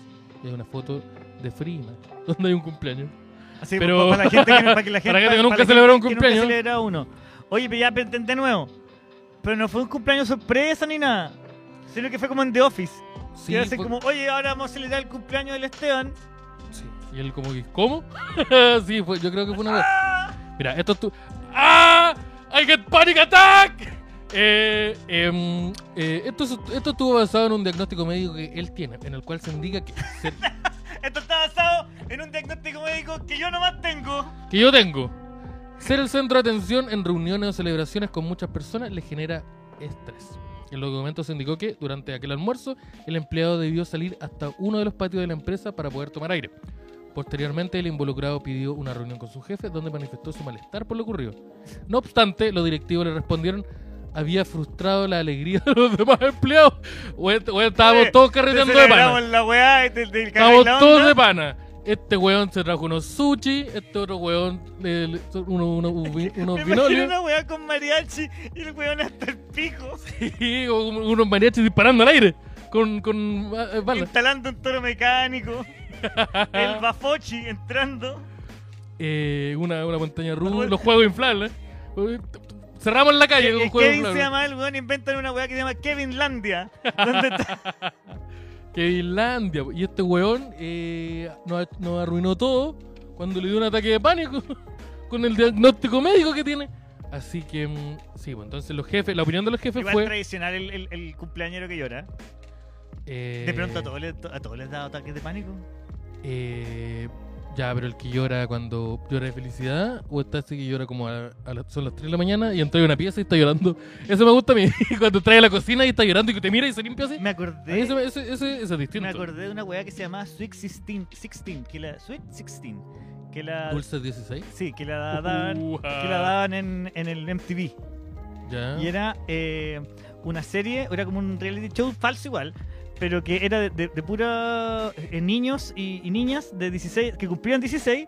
Speaker 2: Y hay una foto de Frima donde hay un cumpleaños.
Speaker 1: Así,
Speaker 2: Pero-
Speaker 1: para la gente que, para que, la gente,
Speaker 2: para la gente que nunca
Speaker 1: la
Speaker 2: celebró un
Speaker 1: que nunca
Speaker 2: cumpleaños.
Speaker 1: celebró uno. Oye, pero ya pero de nuevo. Pero no fue un cumpleaños sorpresa ni nada. Sino que fue como en The Office.
Speaker 2: Sí,
Speaker 1: y así
Speaker 2: fue-
Speaker 1: como, oye, ahora vamos a celebrar el cumpleaños del Esteban.
Speaker 2: sí. Y él como que, ¿cómo? sí, fue, yo creo que fue una vez.
Speaker 1: ¡Ah!
Speaker 2: Mira, esto es tu. ¡Ah! ¡I get panic attack! Eh, em, eh, esto, es- esto estuvo basado en un diagnóstico médico que él tiene, en el cual se indica que se-
Speaker 1: Esto está basado en un diagnóstico médico que yo nomás tengo.
Speaker 2: que yo tengo. Ser el centro de atención en reuniones o celebraciones con muchas personas le genera estrés. En los documentos se indicó que durante aquel almuerzo el empleado debió salir hasta uno de los patios de la empresa para poder tomar aire. Posteriormente el involucrado pidió una reunión con su jefe donde manifestó su malestar por lo ocurrido. No obstante, los directivos le respondieron había frustrado la alegría de los demás empleados. O, est- o estábamos
Speaker 1: Oye,
Speaker 2: Ah, todos
Speaker 1: Te
Speaker 2: carreteando de pana.
Speaker 1: celebramos la weá del, del
Speaker 2: Estamos
Speaker 1: la
Speaker 2: todos
Speaker 1: onda.
Speaker 2: de pana. Este weón se trajo unos sushi, este otro weón le- le- uno- uno- un vi-
Speaker 1: Me
Speaker 2: unos
Speaker 1: imagino
Speaker 2: binolios,
Speaker 1: una weá con mariachi y el weón hasta el pico.
Speaker 2: y un- unos mariachis disparando al aire con, con ah, eh, balas.
Speaker 1: Instalando un toro mecánico. el bafochi entrando.
Speaker 2: Eh, una, una montaña
Speaker 1: Uy.
Speaker 2: rusa, los juegos inflables. Uy, t- t- Cerramos la calle con
Speaker 1: El
Speaker 2: juegos
Speaker 1: Kevin se
Speaker 2: inflables.
Speaker 1: llama el weón, inventan una weá que se llama Kevinlandia. Donde está-
Speaker 2: Kevinlandia. Y este weón eh, nos, nos arruinó todo cuando le dio un ataque de pánico con el diagnóstico médico que tiene. Así que, mm, sí, pues entonces los jefes, la opinión de los jefes
Speaker 1: Igual
Speaker 2: fue...
Speaker 1: tradicional el, el, el cumpleañero que llora.
Speaker 2: eh,
Speaker 1: De pronto a todos les, a todos les da ataques de pánico.
Speaker 2: Eh, Ya, pero el que llora cuando llora de felicidad, o está así que llora como a, a las- son las 3 de la mañana y entra en una pieza y está llorando. Eso me gusta a mí. cuando entra a la cocina y está llorando y que te mira y se limpia así.
Speaker 1: Me
Speaker 2: A mí
Speaker 1: acordé.
Speaker 2: Eso, me- eso- eso- eso es distinto.
Speaker 1: Me acordé de una weá que se llamaba Sweet 16, 16, que la Sweet 16, que la
Speaker 2: Dulce Uh, ah. 16.
Speaker 1: sí, que la daban,
Speaker 2: Ujá.
Speaker 1: que la daban en, en el MTV
Speaker 2: Ya.
Speaker 1: y era eh, una serie, era como un reality show falso igual, pero que era de, de, de pura eh, niños y, y niñas de 16 que cumplían 16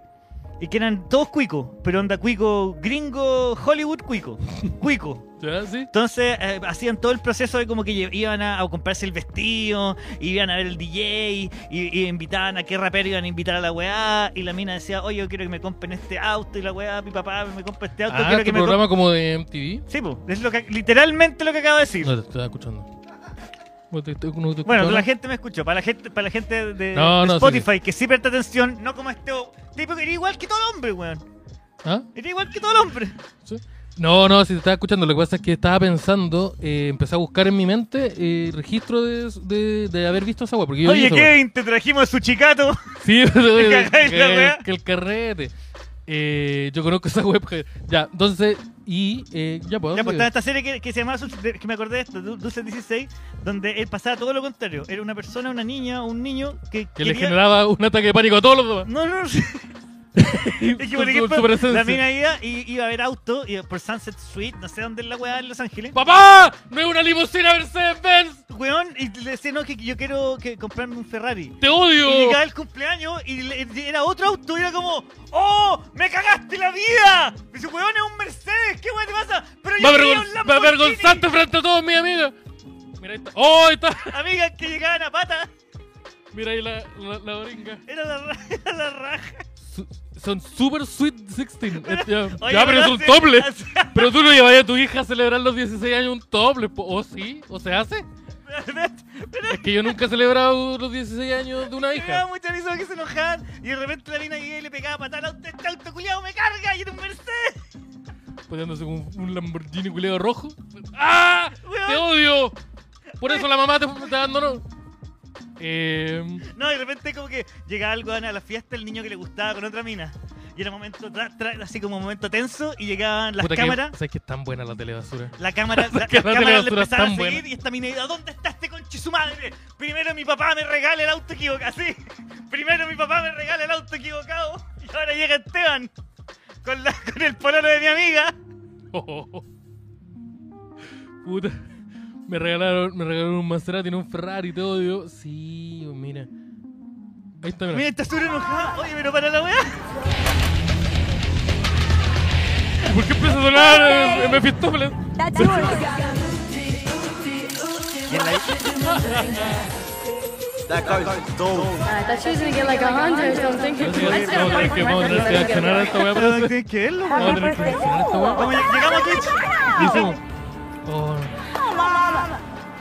Speaker 1: y que eran todos cuicos, pero onda cuico gringo Hollywood cuico, cuico.
Speaker 2: Ya, sí.
Speaker 1: Entonces eh, hacían todo el proceso de como que lle- iban a, a comprarse el vestido, iban a ver el DJ, y, y invitaban a qué rapero iban a invitar a la weá, y la mina decía, oye, yo quiero que me compren este auto, y la weá, mi papá me compra este auto,
Speaker 2: Ah,
Speaker 1: quiero
Speaker 2: este
Speaker 1: que me compren...
Speaker 2: programa como de MTV.
Speaker 1: Sí, po, es lo que, literalmente lo que acabo de decir.
Speaker 2: No te estaba escuchando. Bueno, te- te- no te
Speaker 1: bueno,
Speaker 2: escuchaba.
Speaker 1: la gente me escuchó, para la gente, para la gente de,
Speaker 2: No,
Speaker 1: de
Speaker 2: no,
Speaker 1: Spotify que sí presta atención, no como este o- tipo que era igual que todo el hombre, weón.
Speaker 2: ¿Ah?
Speaker 1: Era igual que todo el hombre.
Speaker 2: Sí. No, no, si te estaba escuchando, lo que pasa es que estaba pensando, eh, empecé a buscar en mi mente eh, registro de, de, de haber visto esa weá. Porque yo vi
Speaker 1: Oye,
Speaker 2: esa weá.
Speaker 1: Kevin, te trajimos su chicato.
Speaker 2: Sí, pero-
Speaker 1: cagáis la weá.
Speaker 2: que, que el carrete. Eh, yo conozco esa web. Ya, entonces, y eh, ya puedo.
Speaker 1: Ya, pues estaba esta serie que, que se llamaba, Sus- de- que me acordé de esto, Du- Dulce 16, donde él pasaba todo lo contrario. Era una persona, una niña, un niño que,
Speaker 2: que
Speaker 1: quería-
Speaker 2: le generaba un ataque de pánico a todos los demás.
Speaker 1: No, no, no. sí. Es que, por
Speaker 2: Con su- su
Speaker 1: ejemplo,
Speaker 2: presencia.
Speaker 1: la mina iba, y- iba a ver auto y por Sunset Suite, no sé dónde es la weá en Los Ángeles.
Speaker 2: ¡Papá! ¡No es una limusina Mercedes-Benz!
Speaker 1: Weón, y le decía, no, que que yo quiero que comprarme un Ferrari.
Speaker 2: ¡Te
Speaker 1: Y
Speaker 2: odio!
Speaker 1: llegaba el cumpleaños y le- y era otro auto y era como, ¡Oh! ¡Me cagaste la vida! Me dice, weón, es un Mercedes, ¿qué weón te pasa? Pero
Speaker 2: ¡Va
Speaker 1: yo
Speaker 2: a
Speaker 1: quería un
Speaker 2: avergon- va a
Speaker 1: Lamborghini.
Speaker 2: avergonzarte frente a todos mis amigos! Mira, ahí está. ¡Oh, ahí está!
Speaker 1: Amigas que llegaban a pata.
Speaker 2: Mira ahí la, la, la oringa.
Speaker 1: Era la, ra- era la raja.
Speaker 2: Su- son super sweet 16. Eh, ya,
Speaker 1: Oye,
Speaker 2: ya, pero es
Speaker 1: ¿verdad?
Speaker 2: un
Speaker 1: Sí,
Speaker 2: tople.
Speaker 1: así-
Speaker 2: Pero tú no llevas a tu hija a celebrar los 16 años un tople. po. ¿O sí? ¿O se hace? Es que yo nunca he celebrado los 16 años de una
Speaker 1: Me daba
Speaker 2: hija.
Speaker 1: mucha risa que se enojaban y de repente la mina llegaba y le pegaba patada al auto. Este auto culiado me carga y era un Mercedes.
Speaker 2: Poniéndose Pues un, un Lamborghini culeo rojo. ¡Ah! ¡Te
Speaker 1: Weón.
Speaker 2: odio! Por eso la mamá te, te abandonó. Eh,
Speaker 1: No, y de repente como que llegaba algo a la fiesta el niño que le gustaba con otra mina. Y era momento tra- tra- así como un momento tenso y llegaban las
Speaker 2: puta que-
Speaker 1: cámaras.
Speaker 2: ¿Sabes que es tan buena la telebasura?
Speaker 1: La cámara, la,
Speaker 2: que
Speaker 1: las
Speaker 2: la
Speaker 1: cámaras le
Speaker 2: telebasura es
Speaker 1: empezaron a
Speaker 2: tan
Speaker 1: seguir
Speaker 2: buena.
Speaker 1: y esta mina iba, ¿dónde está este conche su madre? Primero mi papá me regala el auto equivocado, así. Primero mi papá me regala el auto equivocado y ahora llega Esteban con, la, con el pololo de mi amiga.
Speaker 2: Puta. Me regalaron, me regalaron un Maserati en un Ferrari, te odio. Sí, mira. Ahí está, mira.
Speaker 1: Mira, está súper enojada. Oye, pero para la weá.
Speaker 2: ¿Por qué empieza a sonar eh, Mephistófeles?
Speaker 3: That's yours.
Speaker 4: That car is dope.
Speaker 5: I thought she was gonna get like a Honda or something.
Speaker 2: Vamos a tener que- vamos a tener que accionar a esta weá. parece.
Speaker 1: tienes que verlo,
Speaker 2: Vamos a tener que accionar a esta weá.
Speaker 1: Vamos, lleg- llegamos a Twitch.
Speaker 2: Y hicimos. Oh,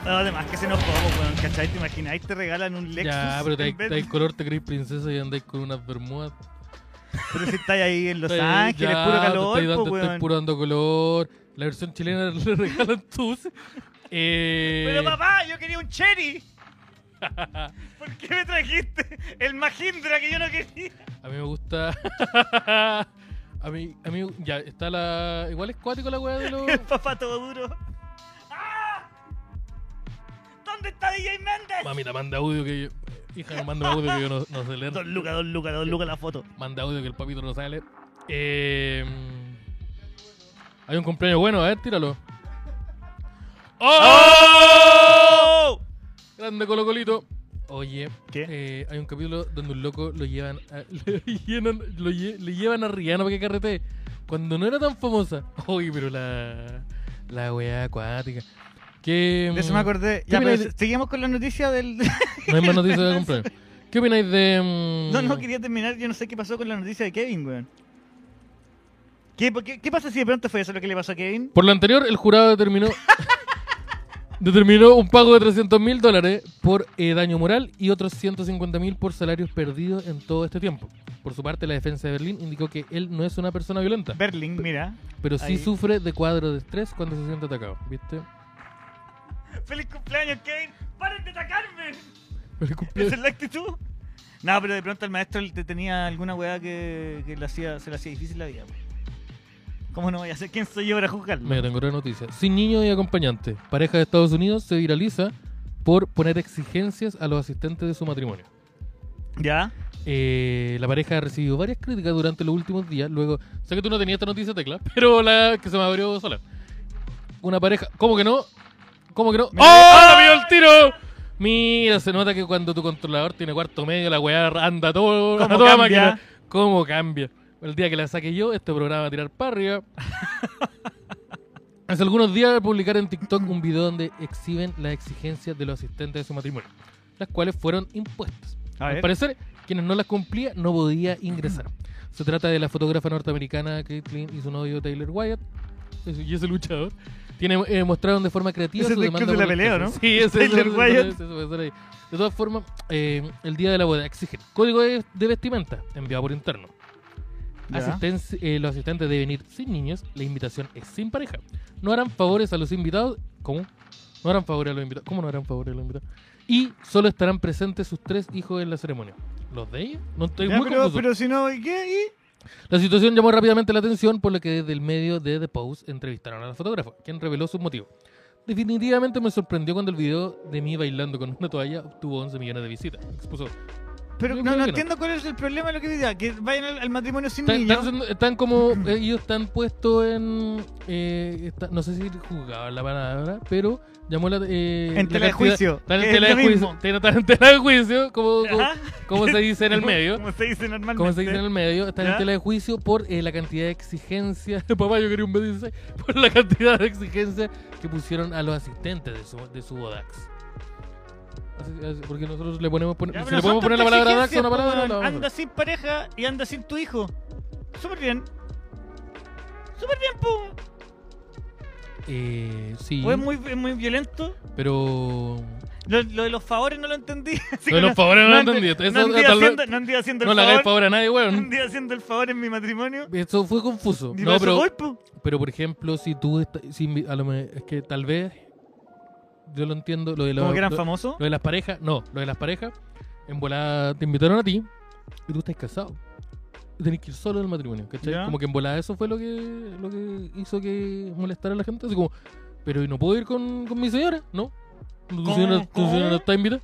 Speaker 1: No, además que se enojó, pues, weón, ¿cachai? ¿Te imaginas? Ahí te regalan un Lexus.
Speaker 2: ya, pero te
Speaker 1: en vez-
Speaker 2: dais color, te crees princesa y andáis con unas bermudas.
Speaker 1: pero si estás ahí en Los
Speaker 2: Te-
Speaker 1: Ángeles,
Speaker 2: ya,
Speaker 1: puro
Speaker 2: te estáis
Speaker 1: calor,
Speaker 2: dando-
Speaker 1: pues,
Speaker 2: te estáis
Speaker 1: weón.
Speaker 2: puro dando color. La versión chilena le regalan tus. Eh,
Speaker 1: Pero papá, yo quería un Cherry. ¿Por qué me trajiste el Mahindra que yo no quería?
Speaker 2: A mí me gusta. a mí, a mí, ya, está la. Igual es cuático la weá de los.
Speaker 1: El papá todo duro. ¡Ah! ¿Dónde está DJ Méndez?
Speaker 2: Mamita, manda audio que yo. Hija, no manda audio que yo no, no sé leer.
Speaker 1: Don Luca, Don Luca, Don Luca la foto.
Speaker 2: Manda audio que el papito no sabe leer. Eh, hay un cumpleaños bueno, a ver, tíralo. ¡Oh!
Speaker 1: ¡Oh!
Speaker 2: Grande Colocolito. Oye,
Speaker 1: ¿Qué?
Speaker 2: eh, hay un capítulo donde un loco lo llevan a, le, llenan- lo lle- le llevan a Rihanna para que carrete. Cuando no era tan famosa. Oye, pero la, la weá acuática. Que,
Speaker 1: De eso
Speaker 2: mm,
Speaker 1: me acordé.
Speaker 2: ¿qué
Speaker 1: Ya, pero
Speaker 2: opináis de-
Speaker 1: seguimos con la noticia del.
Speaker 2: No hay más noticias de cumpleaños. ¿Qué opináis de.? mm,
Speaker 1: No, no, quería terminar. Yo no sé qué pasó con la noticia de Kevin, weón. ¿Qué, por qué, qué pasa si de pronto fue eso lo que le pasó a Kevin?
Speaker 2: Por lo anterior, el jurado determinó. determinó un pago de 300 mil dólares por eh, daño moral y otros 150 mil por salarios perdidos en todo este tiempo. Por su parte, la defensa de Berlín indicó que él no es una persona violenta.
Speaker 1: Berling, mira.
Speaker 2: Pero sí
Speaker 1: Ahí.
Speaker 2: sufre de cuadro de estrés cuando se siente atacado, ¿viste?
Speaker 1: ¡Feliz cumpleaños, Kevin! ¡Paren de atacarme!
Speaker 2: Pero
Speaker 1: Esa
Speaker 2: cumple-
Speaker 1: es la actitud. No, pero de pronto el maestro te tenía alguna weá que, que le hacía, se le hacía difícil la vida. po. ¿Cómo no voy a ser? ¿Quién soy yo para juzgarlo?
Speaker 2: Me tengo otra noticia. Sin niño y acompañante, pareja de Estados Unidos se viraliza por poner exigencias a los asistentes de su matrimonio.
Speaker 1: ¿Ya?
Speaker 2: Eh, la pareja ha recibido varias críticas durante los últimos días. Luego, sé que tú no tenías esta noticia, Tecla, pero la que se me abrió sola. Una pareja. ¿Cómo que no? ¿Cómo que no?
Speaker 1: Me-
Speaker 2: ¡Oh! ¡La pilló el tiro! Mira, se nota que cuando tu controlador tiene cuarto medio, la weá anda todo,
Speaker 1: ¿Cómo
Speaker 2: a toda
Speaker 1: cambia?
Speaker 2: máquina. ¿Cómo cambia? El día que la saque yo, este programa va a tirar para arriba. Hace algunos días publicaron en TikTok un video donde exhiben las exigencias de los asistentes de su matrimonio, las cuales fueron impuestas.
Speaker 1: A
Speaker 2: Al
Speaker 1: ver.
Speaker 2: parecer, quienes no las cumplían no podía ingresar. Se trata de la fotógrafa norteamericana Caitlyn y su novio Taylor Wyatt, es- y ese luchador. Tiene, eh, mostraron de forma creativa
Speaker 1: Ese
Speaker 2: su
Speaker 1: es del
Speaker 2: demanda
Speaker 1: club de la
Speaker 2: por
Speaker 1: pelea,
Speaker 2: ingresos.
Speaker 1: ¿no?
Speaker 2: Sí, ese
Speaker 1: Taylor
Speaker 2: ese- ese-
Speaker 1: Wyatt.
Speaker 2: ese profesor ahí. De todas formas, eh, el día de la boda exigen código de, de vestimenta enviado por interno.
Speaker 1: Ya.
Speaker 2: Asistencia- eh, los asistentes deben ir sin niños, la invitación es sin pareja. No harán favores a los invitados. ¿Cómo? No harán favores a los invitados. ¿Cómo no harán favores a los invitados? Y solo estarán presentes sus tres hijos en la ceremonia. ¿Los de ella? No estoy
Speaker 1: Ya,
Speaker 2: muy
Speaker 1: pero,
Speaker 2: confuso.
Speaker 1: pero si no, ¿y qué? ¿Y?
Speaker 2: La situación llamó rápidamente la atención, por lo que desde el medio de The Post entrevistaron a la fotógrafa, quien reveló sus motivos. Definitivamente me sorprendió cuando el video de mí bailando con una toalla obtuvo 11 millones de visitas. Expuso.
Speaker 1: Pero
Speaker 2: Yo
Speaker 1: no, no
Speaker 2: creo que no.
Speaker 1: entiendo cuál es el problema de lo que diga, que vayan al, al matrimonio sin
Speaker 2: Están,
Speaker 1: niños.
Speaker 2: están- están como. eh, Ellos están puestos en. eh, está- no sé si juzgaban la palabra, pero llamó la. eh,
Speaker 1: En
Speaker 2: la
Speaker 1: tela de
Speaker 2: cantidad-
Speaker 1: juicio,
Speaker 2: Están
Speaker 1: que
Speaker 2: en
Speaker 1: es
Speaker 2: tela de
Speaker 1: lo mismo.
Speaker 2: juicio. Están en tela de juicio, como, como,
Speaker 1: Ajá.
Speaker 2: como se dice en el medio.
Speaker 1: Como se dice normalmente.
Speaker 2: Como se dice en el medio, está en
Speaker 1: ¿Ya?
Speaker 2: tela de juicio por eh, la cantidad de exigencias. Papá, yo quería un B16. Por la cantidad de exigencias que pusieron a los asistentes de su, de su bodax. Así- así- Porque nosotros le ponemos, pone-
Speaker 1: Ya,
Speaker 2: si
Speaker 1: pero
Speaker 2: le
Speaker 1: son
Speaker 2: podemos poner la
Speaker 1: tantas
Speaker 2: palabra DAX a una
Speaker 1: exigencias, pues,
Speaker 2: palabra.
Speaker 1: po,
Speaker 2: la vamos a
Speaker 1: Anda
Speaker 2: poner.
Speaker 1: sin pareja y anda sin tu hijo. Súper bien. Súper bien, po.
Speaker 2: Eh, sí,
Speaker 1: O es Pues muy, es muy violento.
Speaker 2: pero.
Speaker 1: Lo, lo de los favores no lo entendí. Así
Speaker 2: Lo de
Speaker 1: que
Speaker 2: los favores no lo
Speaker 1: ande-
Speaker 2: entendí. Eso
Speaker 1: No andé
Speaker 2: tal vez-
Speaker 1: haciendo, no andé haciendo
Speaker 2: No
Speaker 1: el
Speaker 2: le hagáis
Speaker 1: favor.
Speaker 2: favor a nadie,
Speaker 1: No
Speaker 2: weón.
Speaker 1: andé haciendo el favor en mi matrimonio.
Speaker 2: Eso fue confuso.
Speaker 1: Y
Speaker 2: No,
Speaker 1: pero...
Speaker 2: pero, pero por ejemplo, si tú. esta- si invi- a lo me- es que tal vez. Yo lo entiendo. Lo de los-
Speaker 1: Como que eran
Speaker 2: lo-
Speaker 1: famosos.
Speaker 2: Lo de las parejas, no, lo de las parejas, en volada te invitaron a ti y tú estás casado. Y Tenés que ir solo del matrimonio, ¿cachai?
Speaker 1: Ya.
Speaker 2: Como que en volada eso fue lo que, lo que hizo que molestara a la gente. Así como, pero ¿y no puedo ir con, con mi señora? No. Tu
Speaker 1: ¿Cómo?
Speaker 2: señora, tu
Speaker 1: ¿Cómo?
Speaker 2: señora no está invitada.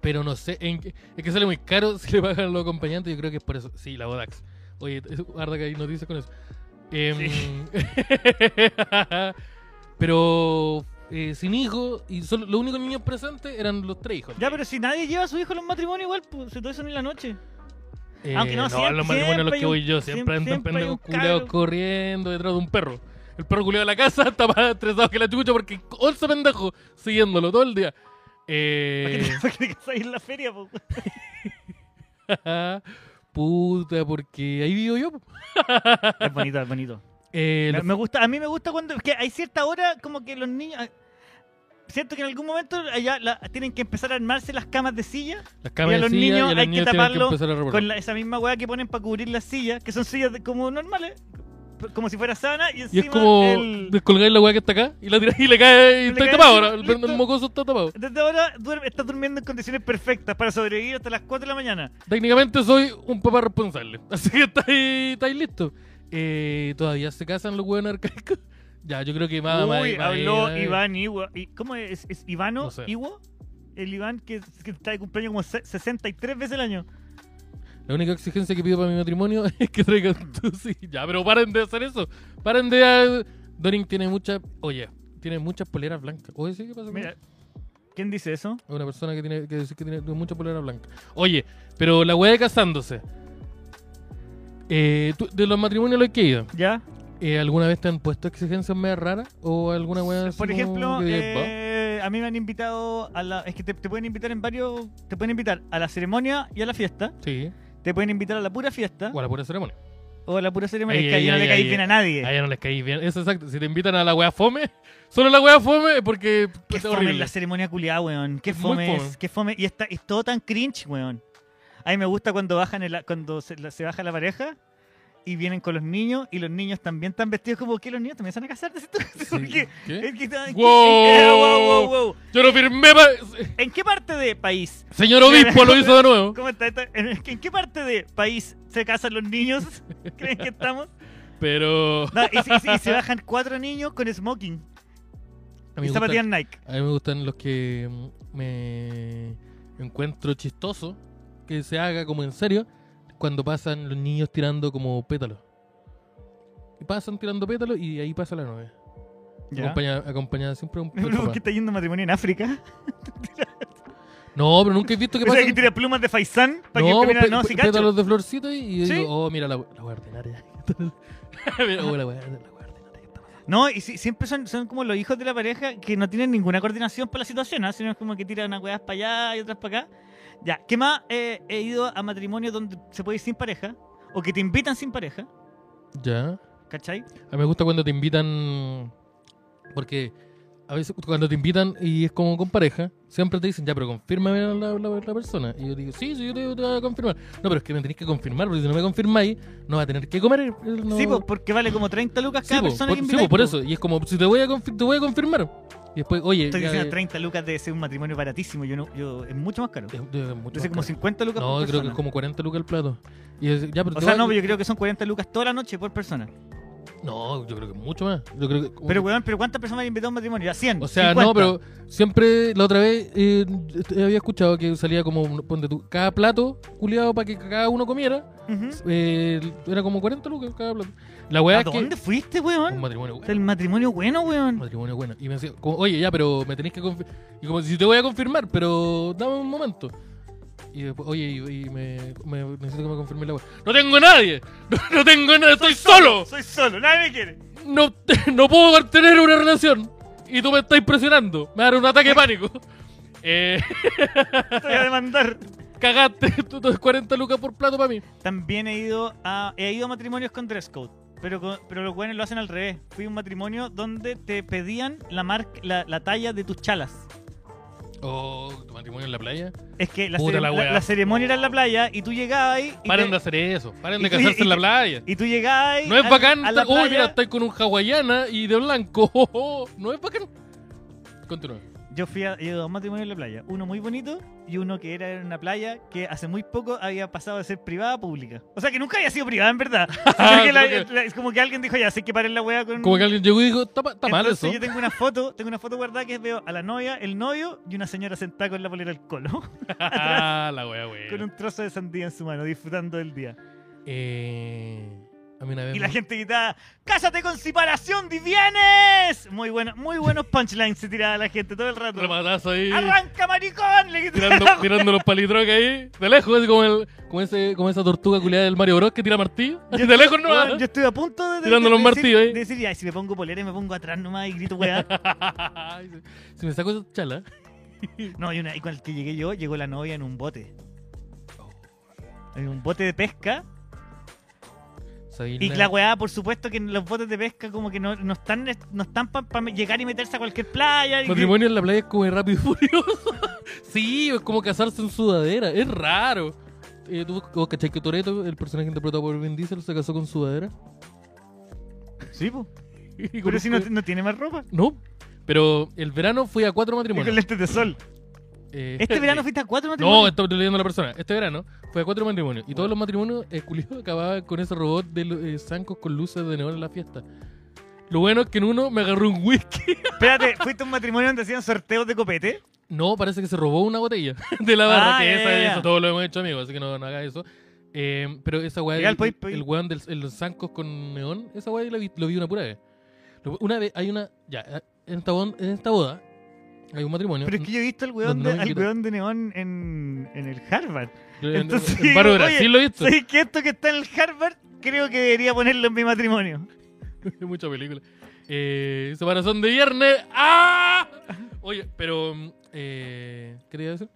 Speaker 2: Pero no sé, en qué- es que sale muy caro si le pagan a los acompañantes. Yo creo que es por eso. Sí, la Bodax. Oye, es- guarda que hay noticias con eso. Em, pero eh, sin hijo, y solo, los únicos niños presentes eran los tres hijos.
Speaker 1: Ya, pero si nadie lleva a su hijo a los matrimonios igual, pues se todo eso en la noche.
Speaker 2: Eh,
Speaker 1: Aunque no,
Speaker 2: no,
Speaker 1: siempre-
Speaker 2: los matrimonios a los
Speaker 1: siempre
Speaker 2: que
Speaker 1: hay
Speaker 2: voy
Speaker 1: un-
Speaker 2: yo siempre
Speaker 1: siempre-
Speaker 2: andan
Speaker 1: siempre hay
Speaker 2: pendejos
Speaker 1: un
Speaker 2: culeados
Speaker 1: cabro.
Speaker 2: corriendo detrás de un perro. El perro culeado de la casa está más estresado que la chucha porque 11 pendejos siguiéndolo todo el día. Eh,
Speaker 1: ¿Por qué te casáis en la feria, po?
Speaker 2: puta, porque ahí vivo yo. po.
Speaker 1: Es bonito, es bonito.
Speaker 2: Eh,
Speaker 1: Me,
Speaker 2: la-
Speaker 1: me gusta, a mí me gusta cuando. Que hay cierta hora como que los niños. ah, Siento que en algún momento allá la- tienen que empezar a armarse las camas de silla
Speaker 2: las
Speaker 1: y
Speaker 2: cámaras
Speaker 1: a los
Speaker 2: de silla,
Speaker 1: niños
Speaker 2: y a los
Speaker 1: hay que
Speaker 2: niños tienen
Speaker 1: taparlo
Speaker 2: empezar a reparar.
Speaker 1: con la- esa misma weá que ponen para cubrir las sillas, que son sillas de- como normales, p- como si fuera sana y
Speaker 2: Y
Speaker 1: encima
Speaker 2: es como
Speaker 1: el-
Speaker 2: descolgáis la weá que está acá y la tiráis y le cae
Speaker 1: Y
Speaker 2: y,
Speaker 1: le
Speaker 2: está
Speaker 1: cae
Speaker 2: tapado.
Speaker 1: encima,
Speaker 2: Ahora, el,
Speaker 1: listo.
Speaker 2: el mocoso está tapado.
Speaker 1: Desde ahora duerme- estás durmiendo en condiciones perfectas para sobrevivir hasta las 4 de la mañana.
Speaker 2: Técnicamente soy un papá responsable. Así que estáis estáis listos. Eh, Todavía se casan los hueones arcaicos. Ya, yo creo que más. más-
Speaker 1: Uy,
Speaker 2: más-
Speaker 1: habló
Speaker 2: más- eh,
Speaker 1: Iván Iwa. ¿Y ¿Cómo es? ¿Es Ivano
Speaker 2: No sé.
Speaker 1: Iwo? El Iván que, que está de cumpleaños como se- 63 veces al año.
Speaker 2: La única exigencia que pido para mi matrimonio es que traigan tú sí. Ya, pero paren de hacer eso. Paren de. ah, Doring tiene muchas. Oye, tiene muchas poleras blancas. Oye, sí, ¿qué pasa? con
Speaker 1: Mira,
Speaker 2: eso?
Speaker 1: ¿quién dice eso?
Speaker 2: Es una persona que tiene que decir que tiene muchas poleras blancas. Oye, pero la weá de casándose. Eh, tú- de los matrimonios a los que he ido.
Speaker 1: ¿Ya?
Speaker 2: Eh, ¿Alguna vez te han puesto exigencias más raras? ¿O alguna weá así
Speaker 1: Por
Speaker 2: como
Speaker 1: ejemplo,
Speaker 2: que digas, "Va"?
Speaker 1: eh, a mí me han invitado a la. Es que te, te pueden invitar en varios. Te pueden invitar a la ceremonia y a la fiesta.
Speaker 2: Sí,
Speaker 1: Te pueden invitar a la pura fiesta
Speaker 2: o a la pura ceremonia.
Speaker 1: o a Oh, la pura ceremonia.
Speaker 2: Ay,
Speaker 1: es que ahí
Speaker 2: ay,
Speaker 1: no
Speaker 2: ay,
Speaker 1: le caí
Speaker 2: ay,
Speaker 1: bien
Speaker 2: ay.
Speaker 1: a nadie.
Speaker 2: A ella no les caí bien. Eso es exacto. Si te invitan a la weá fome, solo la weá fome es porque
Speaker 1: Qué
Speaker 2: es
Speaker 1: fome es
Speaker 2: horrible.
Speaker 1: la ceremonia culiada, weón. Qué
Speaker 2: Es muy
Speaker 1: fome,
Speaker 2: fome.
Speaker 1: es. Qué fome. Y está, es todo tan cringe, weón. A mí me gusta cuando bajan el- cuando se, la- se baja la pareja y vienen con los niños y los niños también están vestidos como que los niños también se van a casar. ¿sí tú? Porque-
Speaker 2: ¿Qué?
Speaker 1: es que- es que-
Speaker 2: Wow.
Speaker 1: eh, wow, wow, wow.
Speaker 2: Yo lo firmé. pa-
Speaker 1: ¿En qué parte de país?
Speaker 2: Señor obispo, lo hizo de nuevo.
Speaker 1: ¿Cómo está esto? ¿En, en qué parte de país se casan los niños? ¿Creen que estamos?
Speaker 2: Pero.
Speaker 1: No, y, y- y se bajan cuatro niños con smoking y
Speaker 2: A mí, me gustan,
Speaker 1: zapatillas Nike.
Speaker 2: a mí me gustan los que mm, me encuentro chistoso que se haga como en serio cuando pasan los niños tirando como pétalos. Y pasan tirando pétalos y ahí pasa la novia.
Speaker 1: Ya.
Speaker 2: Acompañada, acompañada siempre un
Speaker 1: Pero ¿Por qué está yendo a matrimonio en África?
Speaker 2: No, pero nunca he visto que
Speaker 1: ¿Pensás que
Speaker 2: pasen.
Speaker 1: tira plumas de faisán? Para
Speaker 2: no, pues,
Speaker 1: que primera-
Speaker 2: pe-
Speaker 1: no,
Speaker 2: pe-
Speaker 1: sí, cacho.
Speaker 2: pétalos de florcita y, y
Speaker 1: ¿Sí?
Speaker 2: digo, oh, mira la, la guardinaria. mira, oh, la guardinaria, la guardinaria.
Speaker 1: No, y sí- siempre son, son como los hijos de la pareja que no tienen ninguna coordinación para la situación, ¿ah? sino es como que tiran unas huevas para allá y otras para acá. Ya, ¿qué más eh, he ido a matrimonios donde se puede ir sin pareja? O que te invitan sin pareja,
Speaker 2: Ya.
Speaker 1: ¿cachai?
Speaker 2: A mí me gusta cuando te invitan. Porque a veces cuando te invitan y es como con pareja, siempre te dicen, ya, pero confírmame la, la, la- la persona. Y yo digo, sí, sí, yo te, te voy a confirmar. No, pero es que me tenéis que confirmar, porque si no me confirmáis, no va a tener que comer. él No...
Speaker 1: Sí, po, porque vale como 30 lucas
Speaker 2: Sí,
Speaker 1: cada
Speaker 2: po,
Speaker 1: persona
Speaker 2: por,
Speaker 1: que
Speaker 2: sí, po,
Speaker 1: invitáis,
Speaker 2: por
Speaker 1: po.
Speaker 2: eso. Y es como, si te voy a, confi- te voy a confirmar. Y después, oye.
Speaker 1: Estoy
Speaker 2: ya,
Speaker 1: diciendo
Speaker 2: eh,
Speaker 1: 30 lucas debe ser un matrimonio baratísimo, yo no, yo, es mucho más caro.
Speaker 2: es- es mucho
Speaker 1: Debe ser
Speaker 2: más
Speaker 1: como
Speaker 2: caro.
Speaker 1: 50 lucas
Speaker 2: No,
Speaker 1: por
Speaker 2: creo que
Speaker 1: persona.
Speaker 2: es como 40 lucas el plato. Y es- ya, pero
Speaker 1: O
Speaker 2: te
Speaker 1: sea,
Speaker 2: voy-
Speaker 1: no, pero yo creo que son 40 lucas toda la noche por persona.
Speaker 2: No, yo creo que es mucho más. Yo creo que,
Speaker 1: Pero, weón, ¿pero cuántas personas han invitado a un matrimonio? Ya 100.
Speaker 2: O sea,
Speaker 1: 50.
Speaker 2: no, pero siempre la otra vez eh, eh, había escuchado que salía como, un- ponte tú, cada plato culiado para que cada uno comiera,
Speaker 1: Ujú.
Speaker 2: eh, era como 40 lucas cada plato. La weá
Speaker 1: ¿A
Speaker 2: es que...
Speaker 1: dónde fuiste,
Speaker 2: Un
Speaker 1: weón?
Speaker 2: matrimonio
Speaker 1: O
Speaker 2: bueno.
Speaker 1: sea, El matrimonio bueno,
Speaker 2: Un
Speaker 1: weón.
Speaker 2: matrimonio bueno. Y me decía, como, oye, ya, pero me tenéis que confirmar. Y como, si te voy a confirmar, pero dame un momento. Y después, oye, y, y me, me- necesito que me confirme la weá. ¡No tengo a nadie! ¡No, no tengo a nadie! ¡Estoy solo!
Speaker 1: Soy solo, nadie me quiere.
Speaker 2: no, no puedo tener una relación y tú me estás presionando. Me va a dar un ataque de pánico. Eh,
Speaker 1: Estoy a demandar.
Speaker 2: cagaste, tú tú- 40 lucas por plato para mí.
Speaker 1: También he ido a, he ido a matrimonios con dress code. Pero, con- pero los weones lo hacen al revés. Fui a un matrimonio donde te pedían la, marca, la, la talla de tus chalas.
Speaker 2: Oh, tu matrimonio en la playa.
Speaker 1: Es que la,
Speaker 2: Puta
Speaker 1: cere-
Speaker 2: la
Speaker 1: la-
Speaker 2: wea.
Speaker 1: la ceremonia era en la playa y tú llegabas ahí. Y,
Speaker 2: Paren
Speaker 1: te-
Speaker 2: de hacer eso. Paren
Speaker 1: y-
Speaker 2: de casarse
Speaker 1: y-
Speaker 2: en la playa.
Speaker 1: y tú llegabas ahí.
Speaker 2: No es
Speaker 1: a-
Speaker 2: bacán.
Speaker 1: a la
Speaker 2: estar- Uy, mira,
Speaker 1: playa.
Speaker 2: estáis con un hawaiana y de blanco. Oh, oh, No es bacán. Continúa.
Speaker 1: Yo fui a, he ido a dos matrimonios en la playa. Uno muy bonito y uno que era en una playa que hace muy poco había pasado de ser privada a pública. O sea, que nunca había sido privada, en verdad. Sino que la-
Speaker 2: Creo que-
Speaker 1: la- es como que alguien dijo, ya, sé que paren la wea con...
Speaker 2: Como que alguien llegó y dijo, está, pa- está mal
Speaker 1: Entonces,
Speaker 2: eso.
Speaker 1: Yo tengo una foto, tengo una foto guardada que veo a la novia, el novio y una señora sentada con la polera al colo,
Speaker 2: Ah, la wea, wea.
Speaker 1: con un trozo de sandía en su mano, disfrutando del día.
Speaker 2: Eh, a mí una vez
Speaker 1: Y la
Speaker 2: me-
Speaker 1: gente gritaba, ¡Cásate con separación, divienes! Muy bueno, muy buenos punchlines se tiraba la gente todo el rato.
Speaker 2: rematazo ahí.
Speaker 1: ¡Arranca, maricón! Le gritaba.
Speaker 2: tirando, tirando los palitroques ahí, de lejos, así como, el, como, ese, como esa tortuga culiada del Mario Bros que tira martillo. Así de lejos no Ah.
Speaker 1: Weón, Yo estoy a punto de, de-
Speaker 2: Tirando
Speaker 1: de
Speaker 2: los
Speaker 1: decir,
Speaker 2: martillos ahí.
Speaker 1: de decir, "Ay, si me pongo polera y me pongo atrás nomás y grito weá.
Speaker 2: si me saco esa chala.
Speaker 1: No, y, una, y con el que llegué yo, llegó la novia en un bote. En un bote de pesca.
Speaker 2: Soy
Speaker 1: Y
Speaker 2: una-
Speaker 1: la weá, por supuesto que los botes de pesca como que no, no están, no están para llegar y meterse a cualquier playa. y-
Speaker 2: Matrimonio en la playa es como de rápido y furioso. sí, es como casarse en sudadera, es raro. Eh, ¿Tú vos cachai que Toreto, el personaje interpretado por Vin Diesel, se casó con sudadera?
Speaker 1: Sí, po.
Speaker 2: Y con
Speaker 1: Pero
Speaker 2: un-
Speaker 1: si no, no tiene más ropa.
Speaker 2: No, pero el verano fui a cuatro
Speaker 1: Y con
Speaker 2: matrimonios.
Speaker 1: lentes de sol.
Speaker 2: Eh,
Speaker 1: Este verano fuiste a cuatro matrimonios.
Speaker 2: No, estaba leyendo la persona. Este verano fue a cuatro matrimonios. Y todos los matrimonios, el culiado acababa con ese robot de lo- eh, zancos con luces de neón en la fiesta. Lo bueno es que en uno me agarró un whisky.
Speaker 1: Espérate, fuiste a un matrimonio donde hacían sorteos de copete.
Speaker 2: No, parece que se robó una botella de la barra.
Speaker 1: Ah,
Speaker 2: que
Speaker 1: ya,
Speaker 2: esa-
Speaker 1: ya, ya.
Speaker 2: Eso todo lo hemos hecho, amigos, así que no, no hagas eso. Eh, pero esa weá,
Speaker 1: Legal,
Speaker 2: del-
Speaker 1: poi,
Speaker 2: el,
Speaker 1: poi.
Speaker 2: weón de los zancos con neón, esa weá lo vi, lo vi una pura vez. Lo- Una vez, hay una. Ya, en esta, bon- en esta boda, hay un matrimonio.
Speaker 1: Pero es que yo he visto al weón
Speaker 2: Donde
Speaker 1: de,
Speaker 2: no me
Speaker 1: al
Speaker 2: invitan.
Speaker 1: weón de neón en, en el Harvard.
Speaker 2: Yo en-
Speaker 1: entonces
Speaker 2: en, Barrio
Speaker 1: digo,
Speaker 2: Brasil lo he visto.
Speaker 1: ¿Sabes que esto que está en el Harvard? Creo que debería ponerlo en mi matrimonio.
Speaker 2: Hay mucha película. Eh, separación de viernes. ¡Ah! Oye, pero. mm, Eh, ¿Qué te iba a decir?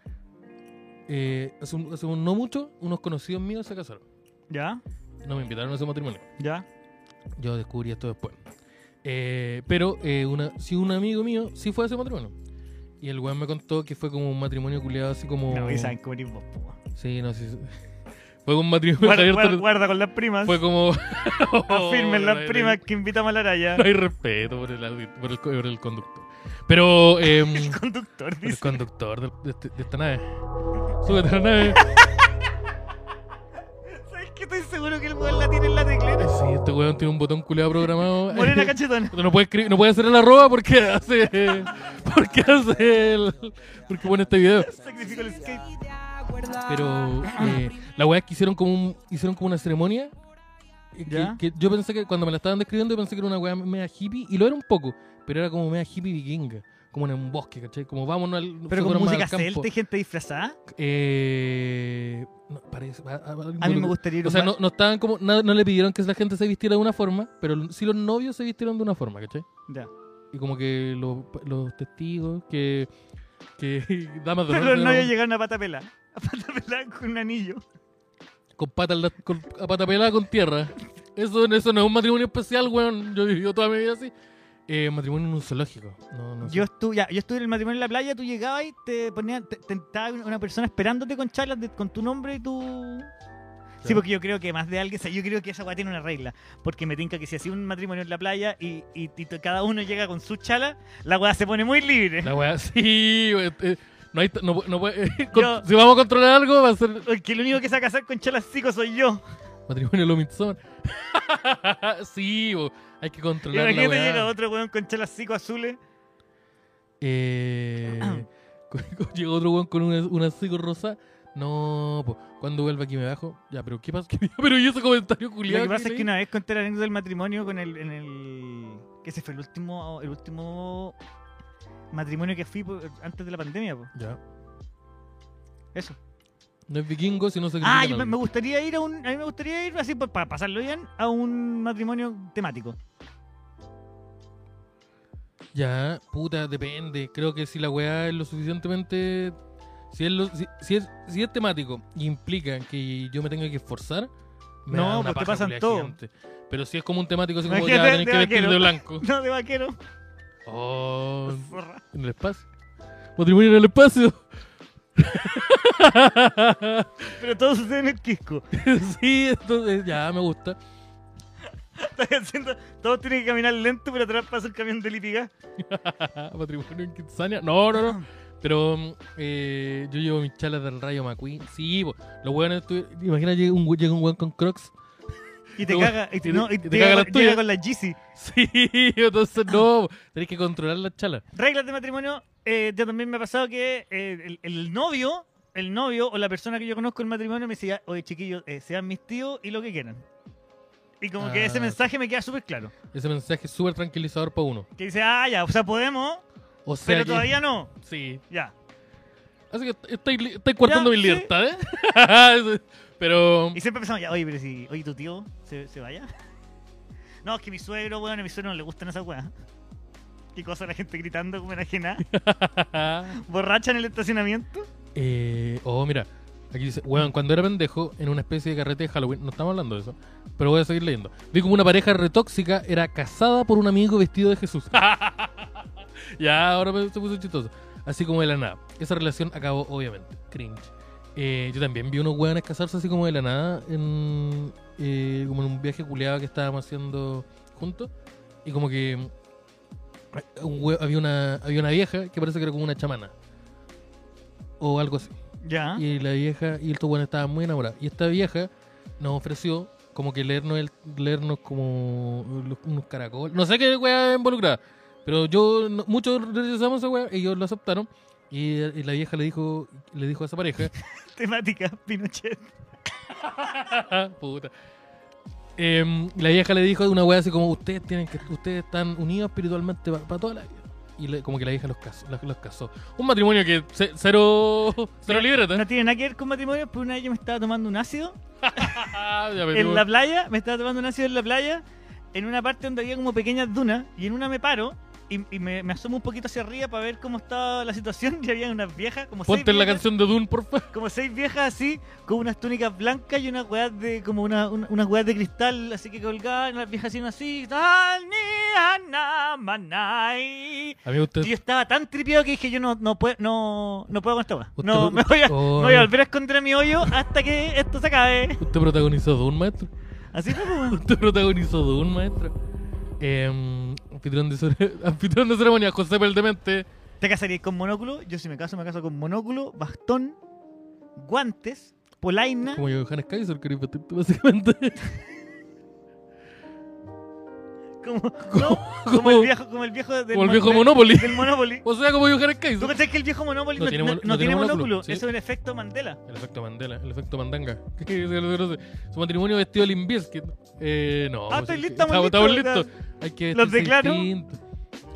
Speaker 2: Eh, hace, un- hace un no mucho, unos conocidos míos se casaron.
Speaker 1: ¿Ya?
Speaker 2: No me invitaron a ese matrimonio.
Speaker 1: ¿Ya?
Speaker 2: Yo descubrí esto después. Eh, pero eh, una, sí, un amigo mío sí fue a ese matrimonio. Y el
Speaker 1: Oh.
Speaker 2: weón me contó que fue como un matrimonio culiado así como.
Speaker 1: No, y saben cómo eres vos, po.
Speaker 2: Sí, no sé. Fue con matrimonio
Speaker 1: Guarda,
Speaker 2: abierto.
Speaker 1: guarda- guarda con las primas.
Speaker 2: Fue como.
Speaker 1: Afirmen
Speaker 2: No
Speaker 1: las
Speaker 2: hay-
Speaker 1: primas que invitamos a la araya.
Speaker 2: No hay respeto por el, audi- por el, co- por el conductor. Pero. eh,
Speaker 1: El conductor
Speaker 2: el
Speaker 1: dice.
Speaker 2: conductor de, de este- de esta nave. Súbete a la nave.
Speaker 1: ¿Sabes que estoy seguro que el weón la tiene en la teclera?
Speaker 2: Sí, este weón tiene un botón culeado programado.
Speaker 1: Morena cachetona.
Speaker 2: No puede, escribir- no puede hacer el arroba porque hace. Porque hace el. Porque pone este video.
Speaker 1: Sacrificó el skate.
Speaker 2: Pero eh, la weá es que hicieron como, un- hicieron como una ceremonia. eh, que-
Speaker 1: ¿Ya?
Speaker 2: Que, yo pensé que cuando me la estaban describiendo, pensé que era una weá media hippie. Y lo era un poco, pero era como media hippie vikinga. Como en un bosque, ¿cachai? Como vámonos al.
Speaker 1: Pero con
Speaker 2: vámonos
Speaker 1: música
Speaker 2: al campo.
Speaker 1: celta y gente disfrazada.
Speaker 2: Eh, no, parece, a,
Speaker 1: A mí me gustaría ir a
Speaker 2: O
Speaker 1: un
Speaker 2: sea,
Speaker 1: bar-
Speaker 2: no, no estaban como. No, no le pidieron que la gente se vistiera de una forma, pero sí los novios se vistieron de una forma, ¿cachai?
Speaker 1: Ya.
Speaker 2: Y como que los, los testigos, que. que damas de
Speaker 1: Pero
Speaker 2: honor
Speaker 1: los novios
Speaker 2: se llaman,
Speaker 1: llegaron a pata pela. A pata pela con un anillo.
Speaker 2: con pata, en la- con, a pata pelada con tierra. Eso, eso no es un matrimonio especial, weón. Yo he vivido toda mi vida así. Eh, matrimonio en un zoológico. No, no sé.
Speaker 1: Yo estuve, ya, yo estuve en el matrimonio en la playa, tú llegabas y te ponían, te, te- estaba una una persona esperándote con charlas de- con tu nombre y tu. Sí,
Speaker 2: Claro.
Speaker 1: porque yo creo que más de alguien, o sea, yo creo que esa weá tiene una regla. Porque me tinca que si hacía un matrimonio en la playa y, y, y to- cada uno llega con su chala, la weá se pone muy libre.
Speaker 2: La weá, sí, weón, eh, no hay. No, no puede- con-
Speaker 1: Yo-
Speaker 2: si vamos a controlar algo, va a ser
Speaker 1: Porque el único que se va a casar con chalas chicos soy yo.
Speaker 2: Matrimonio lo Midsommar. sí, bo, hay que controlar la
Speaker 1: Imagínate llega
Speaker 2: weá.
Speaker 1: otro weón con chalas chicos azules.
Speaker 2: Eh, llegó otro weón con una, una cigo rosa. No, po, cuando vuelva aquí me bajo. Ya, pero ¿qué pasa? pero ¿y ese comentario
Speaker 1: Lo
Speaker 2: culiado?
Speaker 1: que pasa es que una vez conté la anécdota del matrimonio con el, en el que ese fue el último, el último matrimonio que fui por- antes de la pandemia, po.
Speaker 2: Ya.
Speaker 1: Eso.
Speaker 2: No es vikingo, sino se
Speaker 1: Ah, yo me, me gustaría ir a un, a mí me gustaría ir así para pasarlo bien a un matrimonio temático.
Speaker 2: Ya, puta, depende. Creo que si la weá es lo suficientemente. Si es, lo- si, si es, si es temático y implica que yo me tenga que esforzar, me
Speaker 1: No,
Speaker 2: da una
Speaker 1: pues te
Speaker 2: paja
Speaker 1: pasan
Speaker 2: culiá
Speaker 1: todo.
Speaker 2: gigante. Pero si es como un temático, así como ya
Speaker 1: Imagínate,
Speaker 2: tenés
Speaker 1: de
Speaker 2: que vestir de
Speaker 1: vaquero.
Speaker 2: blanco.
Speaker 1: No de vaquero.
Speaker 2: Oh,
Speaker 1: Zorra.
Speaker 2: en el espacio. Matrimonio en el espacio.
Speaker 1: Pero todo sucede en el Quisco.
Speaker 2: sí, entonces ya me gusta.
Speaker 1: Estás haciendo, todos tienen que caminar lento, pero atrás pasa un camión de lípiga.
Speaker 2: Matrimonio en Kitsania. No, no, no. Pero mm, eh, yo llevo mis chalas del Rayo McQueen. Sí, po. los hueones. estu- Imagina llega un, hue- llega un hueón con Crocs.
Speaker 1: Y te
Speaker 2: No,
Speaker 1: caga, y te, no, y te llega,
Speaker 2: caga la
Speaker 1: con-
Speaker 2: tuya.
Speaker 1: llega con la Yeezy.
Speaker 2: Sí, entonces no. Tenés que controlar las chalas.
Speaker 1: Reglas de matrimonio, eh, yo también me ha pasado que eh, el, el novio, el novio o la persona que yo conozco en matrimonio me decía, oye chiquillos, eh, sean mis tíos y lo que quieran. Y como que
Speaker 2: Ah.
Speaker 1: ese mensaje me queda súper claro.
Speaker 2: Ese mensaje es súper tranquilizador para uno.
Speaker 1: Que dice, ah, ya, o sea, podemos,
Speaker 2: O sea
Speaker 1: pero
Speaker 2: que-
Speaker 1: todavía no.
Speaker 2: Sí.
Speaker 1: Ya.
Speaker 2: Así que est- estáis, li- estáis cortando
Speaker 1: Ya,
Speaker 2: mis
Speaker 1: sí.
Speaker 2: libertades. ¿eh? pero.
Speaker 1: Y siempre pensamos, ya, oye, pero si, oye, tu tío se, se vaya. No, es que mi suegro, weón, a mi suegro no le gustan esas weas. Qué cosa la gente gritando como enajenada. Borracha en el estacionamiento.
Speaker 2: Eh, oh, mira. Aquí dice, weón, cuando era pendejo, en una especie de carrete de Halloween, no estamos hablando de eso, pero voy a seguir leyendo. Vi como una pareja retóxica era casada por un amigo vestido de Jesús. ya, ahora me- se puso chistoso. Así como de la nada. Esa relación acabó, obviamente. Cringe. Eh, yo también vi unos weones casarse así como de la nada, en, eh, como en un viaje culeado que estábamos haciendo juntos. Y como que mm, un hue- había, una, había una vieja que parece que era como una chamana. O algo así.
Speaker 1: Ya.
Speaker 2: Y la vieja y estos buenos estaban muy enamorados. Y esta vieja nos ofreció como que leernos, el, leernos como los- unos caracoles. No sé qué weá involucrada. Pero yo, no- muchos rechazamos esa weá, ellos lo aceptaron. Y, y la vieja le dijo, le dijo a esa pareja.
Speaker 1: Temática, Pinochet.
Speaker 2: Puta. Em, la vieja le dijo una weá así como ustedes tienen que, ustedes están unidos espiritualmente para toda la vida. Y le- como que la vieja los casó, los, los casó. Un matrimonio que ce- cero, cero libreta.
Speaker 1: No tiene nada que ver con matrimonio, pero una vez yo me estaba tomando un ácido
Speaker 2: Ya, pero-
Speaker 1: en la playa, me estaba tomando un ácido en la playa, en una parte donde había como pequeñas dunas, y en una me paro y, y me, me asomo un poquito hacia arriba para ver cómo estaba la situación, y había unas viejas, como seis
Speaker 2: Ponte la
Speaker 1: viejas,
Speaker 2: canción de Dune, por favor.
Speaker 1: como seis viejas así, con unas túnicas blancas y unas weas de, como una, una- unas weas de cristal, así que colgaban, las viejas haciendo así, ¡Al nido! Ana Manai.
Speaker 2: A mí usted.
Speaker 1: Yo estaba tan tripiado que dije, yo no, no, puedo, no, no puedo con esta weá.
Speaker 2: Usted-
Speaker 1: No, me voy, a,
Speaker 2: oh.
Speaker 1: me voy a volver a esconder en mi hoyo hasta que esto se acabe.
Speaker 2: Usted protagonizó Dune, maestro.
Speaker 1: Así fue, pues, weón.
Speaker 2: Usted protagonizó Dune, maestro. Eh, anfitrión, de cere- anfitrión de ceremonia, José Peldemente.
Speaker 1: ¿Te casarías con monóculo? Yo si me caso, me caso con monóculo, bastón, guantes, polaina.
Speaker 2: Como Johannes Kaiser, quería vestirte básicamente.
Speaker 1: Como, no, como el viejo, como el viejo del,
Speaker 2: Como el viejo
Speaker 1: del-
Speaker 2: Monopoly.
Speaker 1: Del Monopoly.
Speaker 2: O sea, como Johannes
Speaker 1: ¿Tú
Speaker 2: Kaiser.
Speaker 1: pensás que el viejo Monopoly
Speaker 2: No
Speaker 1: no,
Speaker 2: tiene
Speaker 1: no-
Speaker 2: mon-
Speaker 1: no tiene monóculo?
Speaker 2: sí.
Speaker 1: Eso es un efecto Mandela.
Speaker 2: El efecto Mandela, el efecto Mandanga. Que se lo conoce. Su matrimonio vestido de Limbiskit. Eh, no.
Speaker 1: Ah,
Speaker 2: pues,
Speaker 1: estoy
Speaker 2: sí,
Speaker 1: listo,
Speaker 2: estamos-
Speaker 1: estamos
Speaker 2: estamos
Speaker 1: listos.
Speaker 2: listos. Hay que
Speaker 1: Los
Speaker 2: vestirse
Speaker 1: declaro.
Speaker 2: distinto.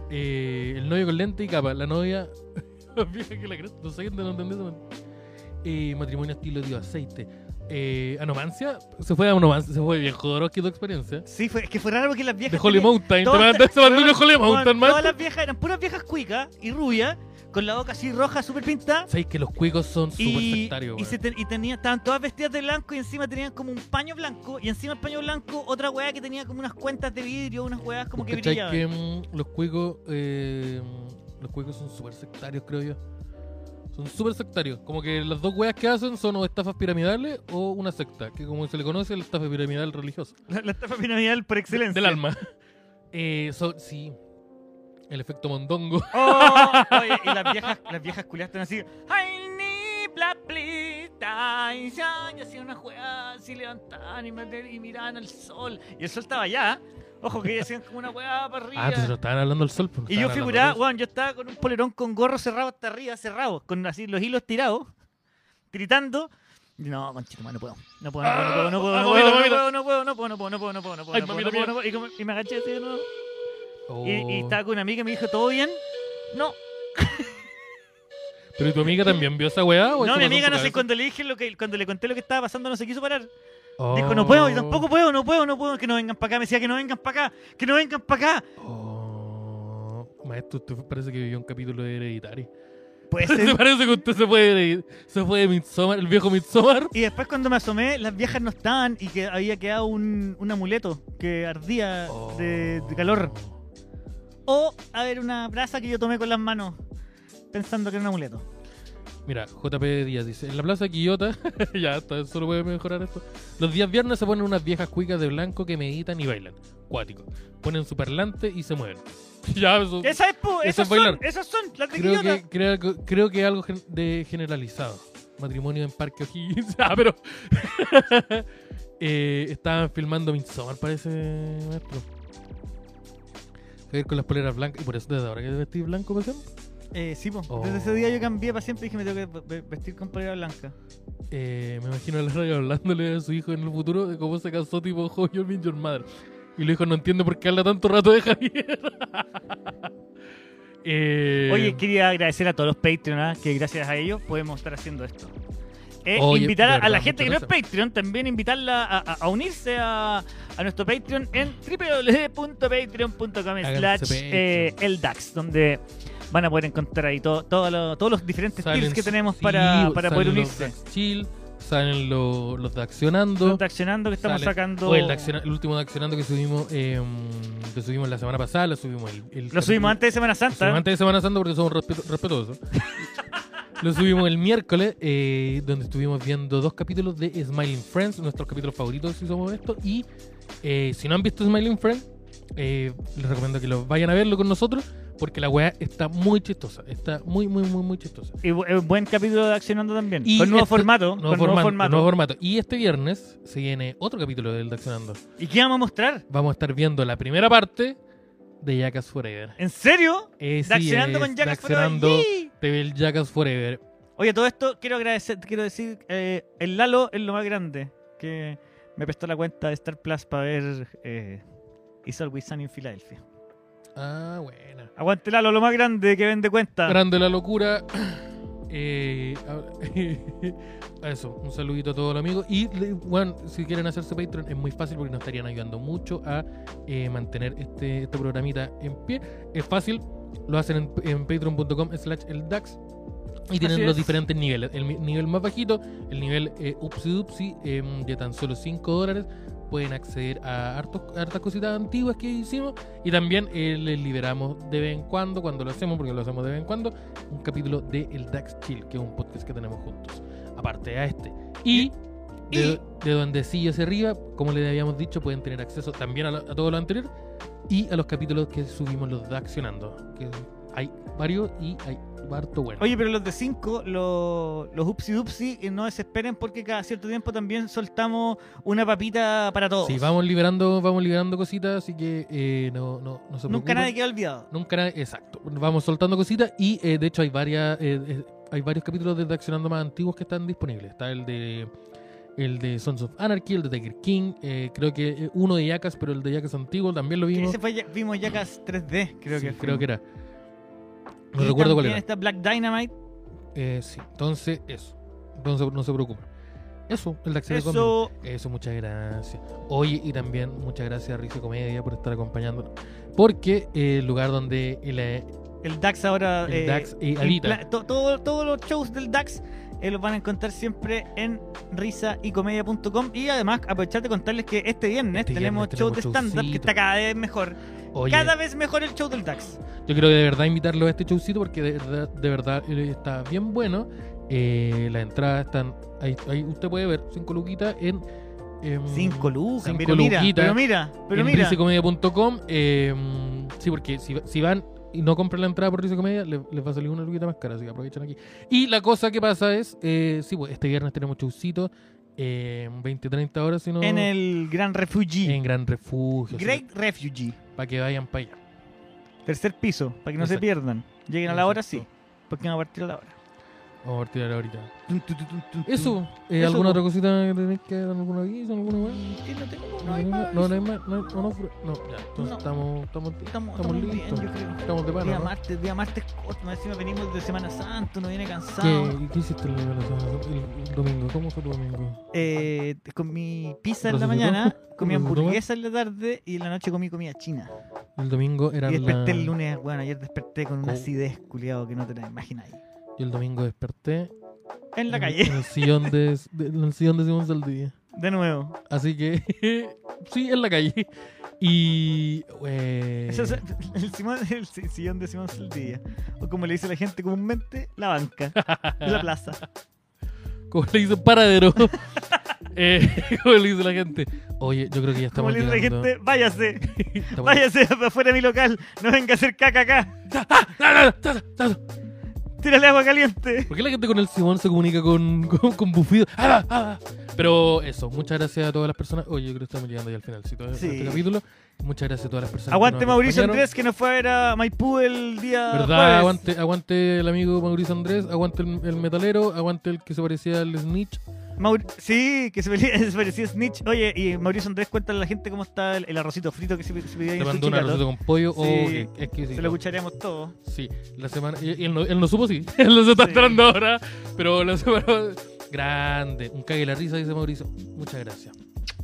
Speaker 2: Eh, el novio con lente y capa. La novia. más vieja que la cresta. No sé quién no entendí eso. Eh, matrimonio estilo de aceite. Eh, anomancia. Se fue a anomancia. Se fue bien. Jodorowsky tu experiencia.
Speaker 1: Sí, fue, es que fue raro porque las viejas.
Speaker 2: De Holy
Speaker 1: tenían-
Speaker 2: Mountain. Te
Speaker 1: todas-
Speaker 2: mandaste se mandó de Holy
Speaker 1: Bueno,
Speaker 2: Mountain,
Speaker 1: Todas
Speaker 2: man.
Speaker 1: las viejas eran puras viejas cuicas y rubias, con la boca así roja, súper pintada.
Speaker 2: Sabéis que los cuicos son súper
Speaker 1: Y,
Speaker 2: sectarios,
Speaker 1: y, se
Speaker 2: weón.
Speaker 1: ten- y tenían, estaban todas vestidas de blanco y encima tenían como un paño blanco. Y encima del paño blanco, otra weá que tenía como unas cuentas de vidrio, unas weas como que
Speaker 2: ¿Cachai
Speaker 1: brillaban.
Speaker 2: que mm, los cuicos eh, los cuicos son súper sectarios, creo yo. Son súper sectarios. Como que las dos weas que hacen son o estafas piramidales o una secta, que como se le conoce la estafa piramidal religiosa.
Speaker 1: La, la estafa piramidal por excelencia.
Speaker 2: Del alma. Eh, son- sí. El efecto mondongo.
Speaker 1: Oh, oye, y las viejas, las viejas culiadas están así. I need black please, die". Y ya, y hacían una juega así, levantaban y, mate- y miraban al sol. Y el sol estaba allá. Ojo, que hacían como una hueá para arriba.
Speaker 2: Ah, entonces no estaban hablando al sol. pues, no
Speaker 1: Y yo
Speaker 2: estaban
Speaker 1: figuraba,
Speaker 2: hablando
Speaker 1: weón, yo estaba con un polerón con gorro cerrado hasta arriba, cerrado, con así los hilos tirados, gritando. No, conchito, no puedo. No puedo, no puedo, no puedo, no puedo, no puedo, no puedo, no puedo, no puedo, no puedo, no puedo, no puedo, no puedo, no puedo, no puedo. Y como- Y me agaché así de nuevo.
Speaker 2: al sol.
Speaker 1: Y
Speaker 2: Oh.
Speaker 1: y estaba con una amiga y me dijo, ¿todo bien? No,
Speaker 2: Oh. Pero ¿y tu amiga también vio esa wea?
Speaker 1: no,
Speaker 2: o eso
Speaker 1: mi
Speaker 2: pasó en
Speaker 1: amiga
Speaker 2: su
Speaker 1: no sé,
Speaker 2: cabeza?
Speaker 1: cuando le dije lo que, cuando le conté lo que estaba pasando, no se quiso parar.
Speaker 2: Oh.
Speaker 1: Dijo, no puedo, yo tampoco puedo, no puedo, no puedo, que no vengan para acá. Me decía que no vengan para acá, que no vengan para acá.
Speaker 2: Oh. Maestro, usted parece que vivió un capítulo de Hereditary.
Speaker 1: Puede
Speaker 2: ¿Te
Speaker 1: ser.
Speaker 2: parece que usted se fue de, se fue de Midsommar, el viejo Midsommar?
Speaker 1: Y después cuando me asomé, las viejas no estaban y que había quedado un, un amuleto que ardía Oh. de, de calor. O, a ver, una brasa que yo tomé con las manos pensando que era un amuleto.
Speaker 2: Mira, JP Díaz dice, en la plaza Quillota, ya está, solo puede mejorar esto. Los días viernes se ponen unas viejas cuicas de blanco que meditan y bailan. Cuático. Ponen su parlante y se mueven. ya, eso.
Speaker 1: Esas Uh, es, po,
Speaker 2: Eso
Speaker 1: esas
Speaker 2: es bailar.
Speaker 1: son, esas son, las de
Speaker 2: creo,
Speaker 1: Quillota.
Speaker 2: que, creo, que- creo que algo gen- de generalizado. Matrimonio en Parque O'Higgins. ah, pero. Eh, estaban filmando Midsommar, parece, maestro. Javier con las poleras blancas. Y por eso desde ahora que te vestís blanco, por ejemplo.
Speaker 1: Eh, sí, po.
Speaker 2: Oh.
Speaker 1: Desde ese día yo cambié para siempre y dije, me tengo que ve- vestir con polera blanca.
Speaker 2: Eh, me imagino a la radio hablándole a su hijo en el futuro de cómo se casó tipo How You Met Your Mother. Y el hijo no entiende por qué habla tanto rato de Javier. Eh,
Speaker 1: Oye, quería agradecer a todos los Patreon, ¿ah? que gracias a ellos podemos estar haciendo esto. Eh,
Speaker 2: Oye,
Speaker 1: invitar a-
Speaker 2: verdad,
Speaker 1: a la gente que no
Speaker 2: muchas
Speaker 1: es Patreon, también invitarla a, a- a unirse a, a nuestro Patreon en www.patreon.com slash
Speaker 2: Patreon.
Speaker 1: eh, eldax, donde van a poder encontrar ahí todo, todo lo- todos los diferentes
Speaker 2: salen-
Speaker 1: tips que tenemos
Speaker 2: sí,
Speaker 1: para, para poder
Speaker 2: salen
Speaker 1: unirse.
Speaker 2: Los Dax Chill, salen lo- los de Accionando.
Speaker 1: Estamos accionando, que estamos
Speaker 2: salen-
Speaker 1: sacando...
Speaker 2: Oye, el, de Acciona- el último de Accionando que subimos, eh, que subimos la semana pasada, lo subimos el, el
Speaker 1: Lo subimos antes de Semana
Speaker 2: Lo subimos
Speaker 1: Santa.
Speaker 2: antes de Semana Santa porque somos respeto- respetuosos. Lo subimos el miércoles, eh, donde estuvimos viendo dos capítulos de Smiling Friends, nuestros capítulos favoritos, si somos honestos. Y eh, si no han visto Smiling Friends, eh, les recomiendo que lo vayan a verlo con nosotros, porque la weá está muy chistosa. Está muy, muy, muy, muy chistosa.
Speaker 1: Y bu- eh, buen capítulo de Accionando también.
Speaker 2: Y
Speaker 1: con nuevo
Speaker 2: este-
Speaker 1: formato.
Speaker 2: Nuevo,
Speaker 1: con
Speaker 2: formato,
Speaker 1: nuevo formato.
Speaker 2: nuevo formato. Y este viernes se viene otro capítulo del Daccionando.
Speaker 1: ¿Y qué vamos a mostrar?
Speaker 2: Vamos a estar viendo la primera parte de Jackass Forever.
Speaker 1: ¿En serio?
Speaker 2: Eh, sí,
Speaker 1: Daccionando
Speaker 2: es
Speaker 1: con Jackass
Speaker 2: Daccionando
Speaker 1: Forever. ¡Yee!
Speaker 2: TV Jackass Forever.
Speaker 1: Oye, todo esto quiero agradecer, quiero decir, eh, el Lalo es lo más grande que me prestó la cuenta de Star Plus para ver eh, Is Always Sunny en Filadelfia.
Speaker 2: Ah, buena.
Speaker 1: Aguante Lalo, lo más grande que vende cuenta.
Speaker 2: Grande la locura. Eh, a- eso, un saludito a todos los amigos. Y, le- bueno, si quieren hacerse Patreon, es muy fácil porque nos estarían ayudando mucho a eh, mantener este, este programita en pie. Es fácil, lo hacen en, en patreon.com/slash el DAX. Y tienen
Speaker 1: Así
Speaker 2: los
Speaker 1: es.
Speaker 2: diferentes em, niveles. El mi- nivel más bajito, el nivel eh, Upsi Dupsi, eh, de tan solo 5 dólares. pueden acceder a hartos- hartas cositas antiguas que hicimos y también eh, les liberamos de vez en cuando, cuando lo hacemos, porque lo hacemos de vez en cuando, un capítulo de El Dax Chill, que es un podcast que tenemos juntos, aparte a este. Y,
Speaker 1: Y-
Speaker 2: de, de Duendecillo hacia arriba, como les habíamos dicho, pueden tener acceso también a, lo- a todo lo anterior y a los capítulos que subimos los de Accionando, que hay varios y hay harto bueno.
Speaker 1: Oye, pero los de 5, los, los upsi dupsi, eh, no desesperen porque cada cierto tiempo también soltamos una papita para todos.
Speaker 2: Sí, vamos liberando, vamos liberando cositas, así que eh, no, no, no se
Speaker 1: Nunca
Speaker 2: preocupen.
Speaker 1: nadie queda olvidado.
Speaker 2: Nunca nadie- exacto. Vamos soltando cositas y eh, de hecho hay varias, eh, eh, hay varios capítulos de Accionando más antiguos que están disponibles. Está el de el de Sons of Anarchy, el de Tiger King, eh, creo que eh, uno de Yakas, pero el de Yakas antiguo también lo
Speaker 1: Que
Speaker 2: vimos.
Speaker 1: Ese fue, ya- vimos Jackass 3D, creo
Speaker 2: Sí,
Speaker 1: que.
Speaker 2: creo que era. No
Speaker 1: Y
Speaker 2: recuerdo cuál
Speaker 1: también
Speaker 2: era.
Speaker 1: está Black Dynamite.
Speaker 2: Eh, sí, entonces eso. Entonces no se preocupen. Eso, el de Acción de Comedia.
Speaker 1: Eso.
Speaker 2: Eso, muchas gracias. Oye, y también muchas gracias a Risa y Comedia por estar acompañándonos. Porque eh, el lugar donde la-
Speaker 1: El DAX ahora.
Speaker 2: El
Speaker 1: eh,
Speaker 2: DAX, eh, habita.
Speaker 1: impla- to- todo- todos los shows del DAX eh, los van a encontrar siempre en risaycomedia.com. Y además, aprovechar de contarles que este viernes
Speaker 2: Este
Speaker 1: tenemos
Speaker 2: viernes
Speaker 1: show
Speaker 2: tenemos
Speaker 1: de stand-up que
Speaker 2: showcito.
Speaker 1: está cada vez mejor.
Speaker 2: oye,
Speaker 1: Cada vez mejor el show del DAX.
Speaker 2: yo quiero de verdad invitarlo a este showcito porque de verdad, de verdad eh, está bien bueno. Eh, las entradas están ahí, ahí usted puede ver cinco luquitas en em,
Speaker 1: Cinco lujas,
Speaker 2: cinco
Speaker 1: pero mira,
Speaker 2: luquitas
Speaker 1: pero mira, pero
Speaker 2: en
Speaker 1: mira.
Speaker 2: risacomedia.com. em, sí, porque si, si van y no compran la entrada por Risa y Comedia, le- les, va a salir una luquita más cara, así que aprovechen aquí. Y la cosa que pasa es, eh, sí, pues este viernes tenemos showcito, eh, 20, 30 horas, si no,
Speaker 1: En el Gran Refugee.
Speaker 2: en Gran Refugio,
Speaker 1: Great Refugee.
Speaker 2: para que vayan para allá.
Speaker 1: Tercer piso, para que no se
Speaker 2: Exacto.
Speaker 1: pierdan. Lleguen a la hora, sí.
Speaker 2: Exacto.
Speaker 1: Porque van a partir a la hora.
Speaker 2: Vamos a partir de ahorita.
Speaker 1: Tun, tun, tun, tun, tun,
Speaker 2: Eso, eh,
Speaker 1: Mm. Eso. pues.
Speaker 2: ¿alguna otra cosita que tenéis que dar alguna aviso, alguna weá?
Speaker 1: tun. Y no tengo- no
Speaker 2: No,
Speaker 1: hay más.
Speaker 2: no, no hay más, no, hay- no, no, no, ya, entonces
Speaker 1: No.
Speaker 2: estamos, estamos,
Speaker 1: Estamos,
Speaker 2: estamos
Speaker 1: estamos bien,
Speaker 2: listos,
Speaker 1: yo creo.
Speaker 2: estamos de pana,
Speaker 1: Día
Speaker 2: ¿no?
Speaker 1: martes, día martes, corto, más encima venimos de Semana Santa, uno viene cansado.
Speaker 2: ¿Qué, ¿Qué hiciste el, el- el domingo? ¿Cómo fue tu domingo?
Speaker 1: Eh, con mi pizza en la
Speaker 2: ¿Los
Speaker 1: mañana,
Speaker 2: Dudu?
Speaker 1: comí
Speaker 2: ¿Los Dudu?
Speaker 1: hamburguesa en la tarde y en la noche comí comida china.
Speaker 2: El domingo era
Speaker 1: Y desperté
Speaker 2: la-
Speaker 1: el lunes, bueno, ayer desperté con una
Speaker 2: Oh.
Speaker 1: acidez, culiado, que no te la imagináis.
Speaker 2: Yo el domingo desperté
Speaker 1: En la
Speaker 2: en-
Speaker 1: calle,
Speaker 2: En el sillón de, de- en el sillón de Simón Saldivia.
Speaker 1: de nuevo.
Speaker 2: Así que sí, en la calle. Y eh,
Speaker 1: Eso es el, Simón- el si- sillón de Simón Saldivia. O como le dice la gente comúnmente, la banca, la plaza.
Speaker 2: como le dice paradero. Eh, como le dice la gente. Oye, yo creo que ya
Speaker 1: Como
Speaker 2: estamos
Speaker 1: le dice la
Speaker 2: llegando.
Speaker 1: gente, váyase,
Speaker 2: Estamos-
Speaker 1: váyase afuera de mi local, no venga a hacer caca acá,
Speaker 2: ¡Ah, ah, ah, ah!
Speaker 1: tírale agua caliente.
Speaker 2: ¿Por qué la gente con el Simón se comunica con, con, con bufido? ¡Ah, ah, ah! Pero eso, muchas gracias a todas las personas. Oye, yo creo que estamos llegando ya al finalcito de
Speaker 1: Sí.
Speaker 2: este capítulo. Muchas gracias a todas las personas. que
Speaker 1: Aguante
Speaker 2: nos
Speaker 1: Mauricio
Speaker 2: acompañaron.
Speaker 1: Andrés que no fue a ver a Maipú el día jueves.
Speaker 2: ¿Verdad? Aguante, aguante el amigo Mauricio Andrés, aguante el, el metalero, aguante el que se parecía al Snitch.
Speaker 1: Maur- sí, que se pelea- se parecía Snitch. Oye, y Mauricio Andrés cuéntale a la gente cómo está el, el arrocito frito que se, se pidió ahí
Speaker 2: Te
Speaker 1: en
Speaker 2: mandó
Speaker 1: Sushi
Speaker 2: un
Speaker 1: Gato.
Speaker 2: arrocito con pollo.
Speaker 1: Sí.
Speaker 2: Oh, que- es que sí.
Speaker 1: Se lo escucharemos todo.
Speaker 2: Sí, la semana. y- y él, no, él no supo, sí. él lo está
Speaker 1: Sí.
Speaker 2: esperando ahora. Pero la semana. Grande. Un cague la risa, dice Mauricio. Muchas gracias.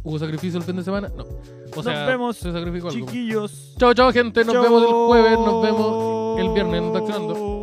Speaker 2: ¿Hubo sacrificio el fin de semana? No. O
Speaker 1: Nos
Speaker 2: sea,
Speaker 1: vemos,
Speaker 2: se sacrificó algo.
Speaker 1: Chiquillos.
Speaker 2: Chao, chao, gente. Nos
Speaker 1: Chao.
Speaker 2: vemos el jueves. Nos vemos el viernes en Accionando.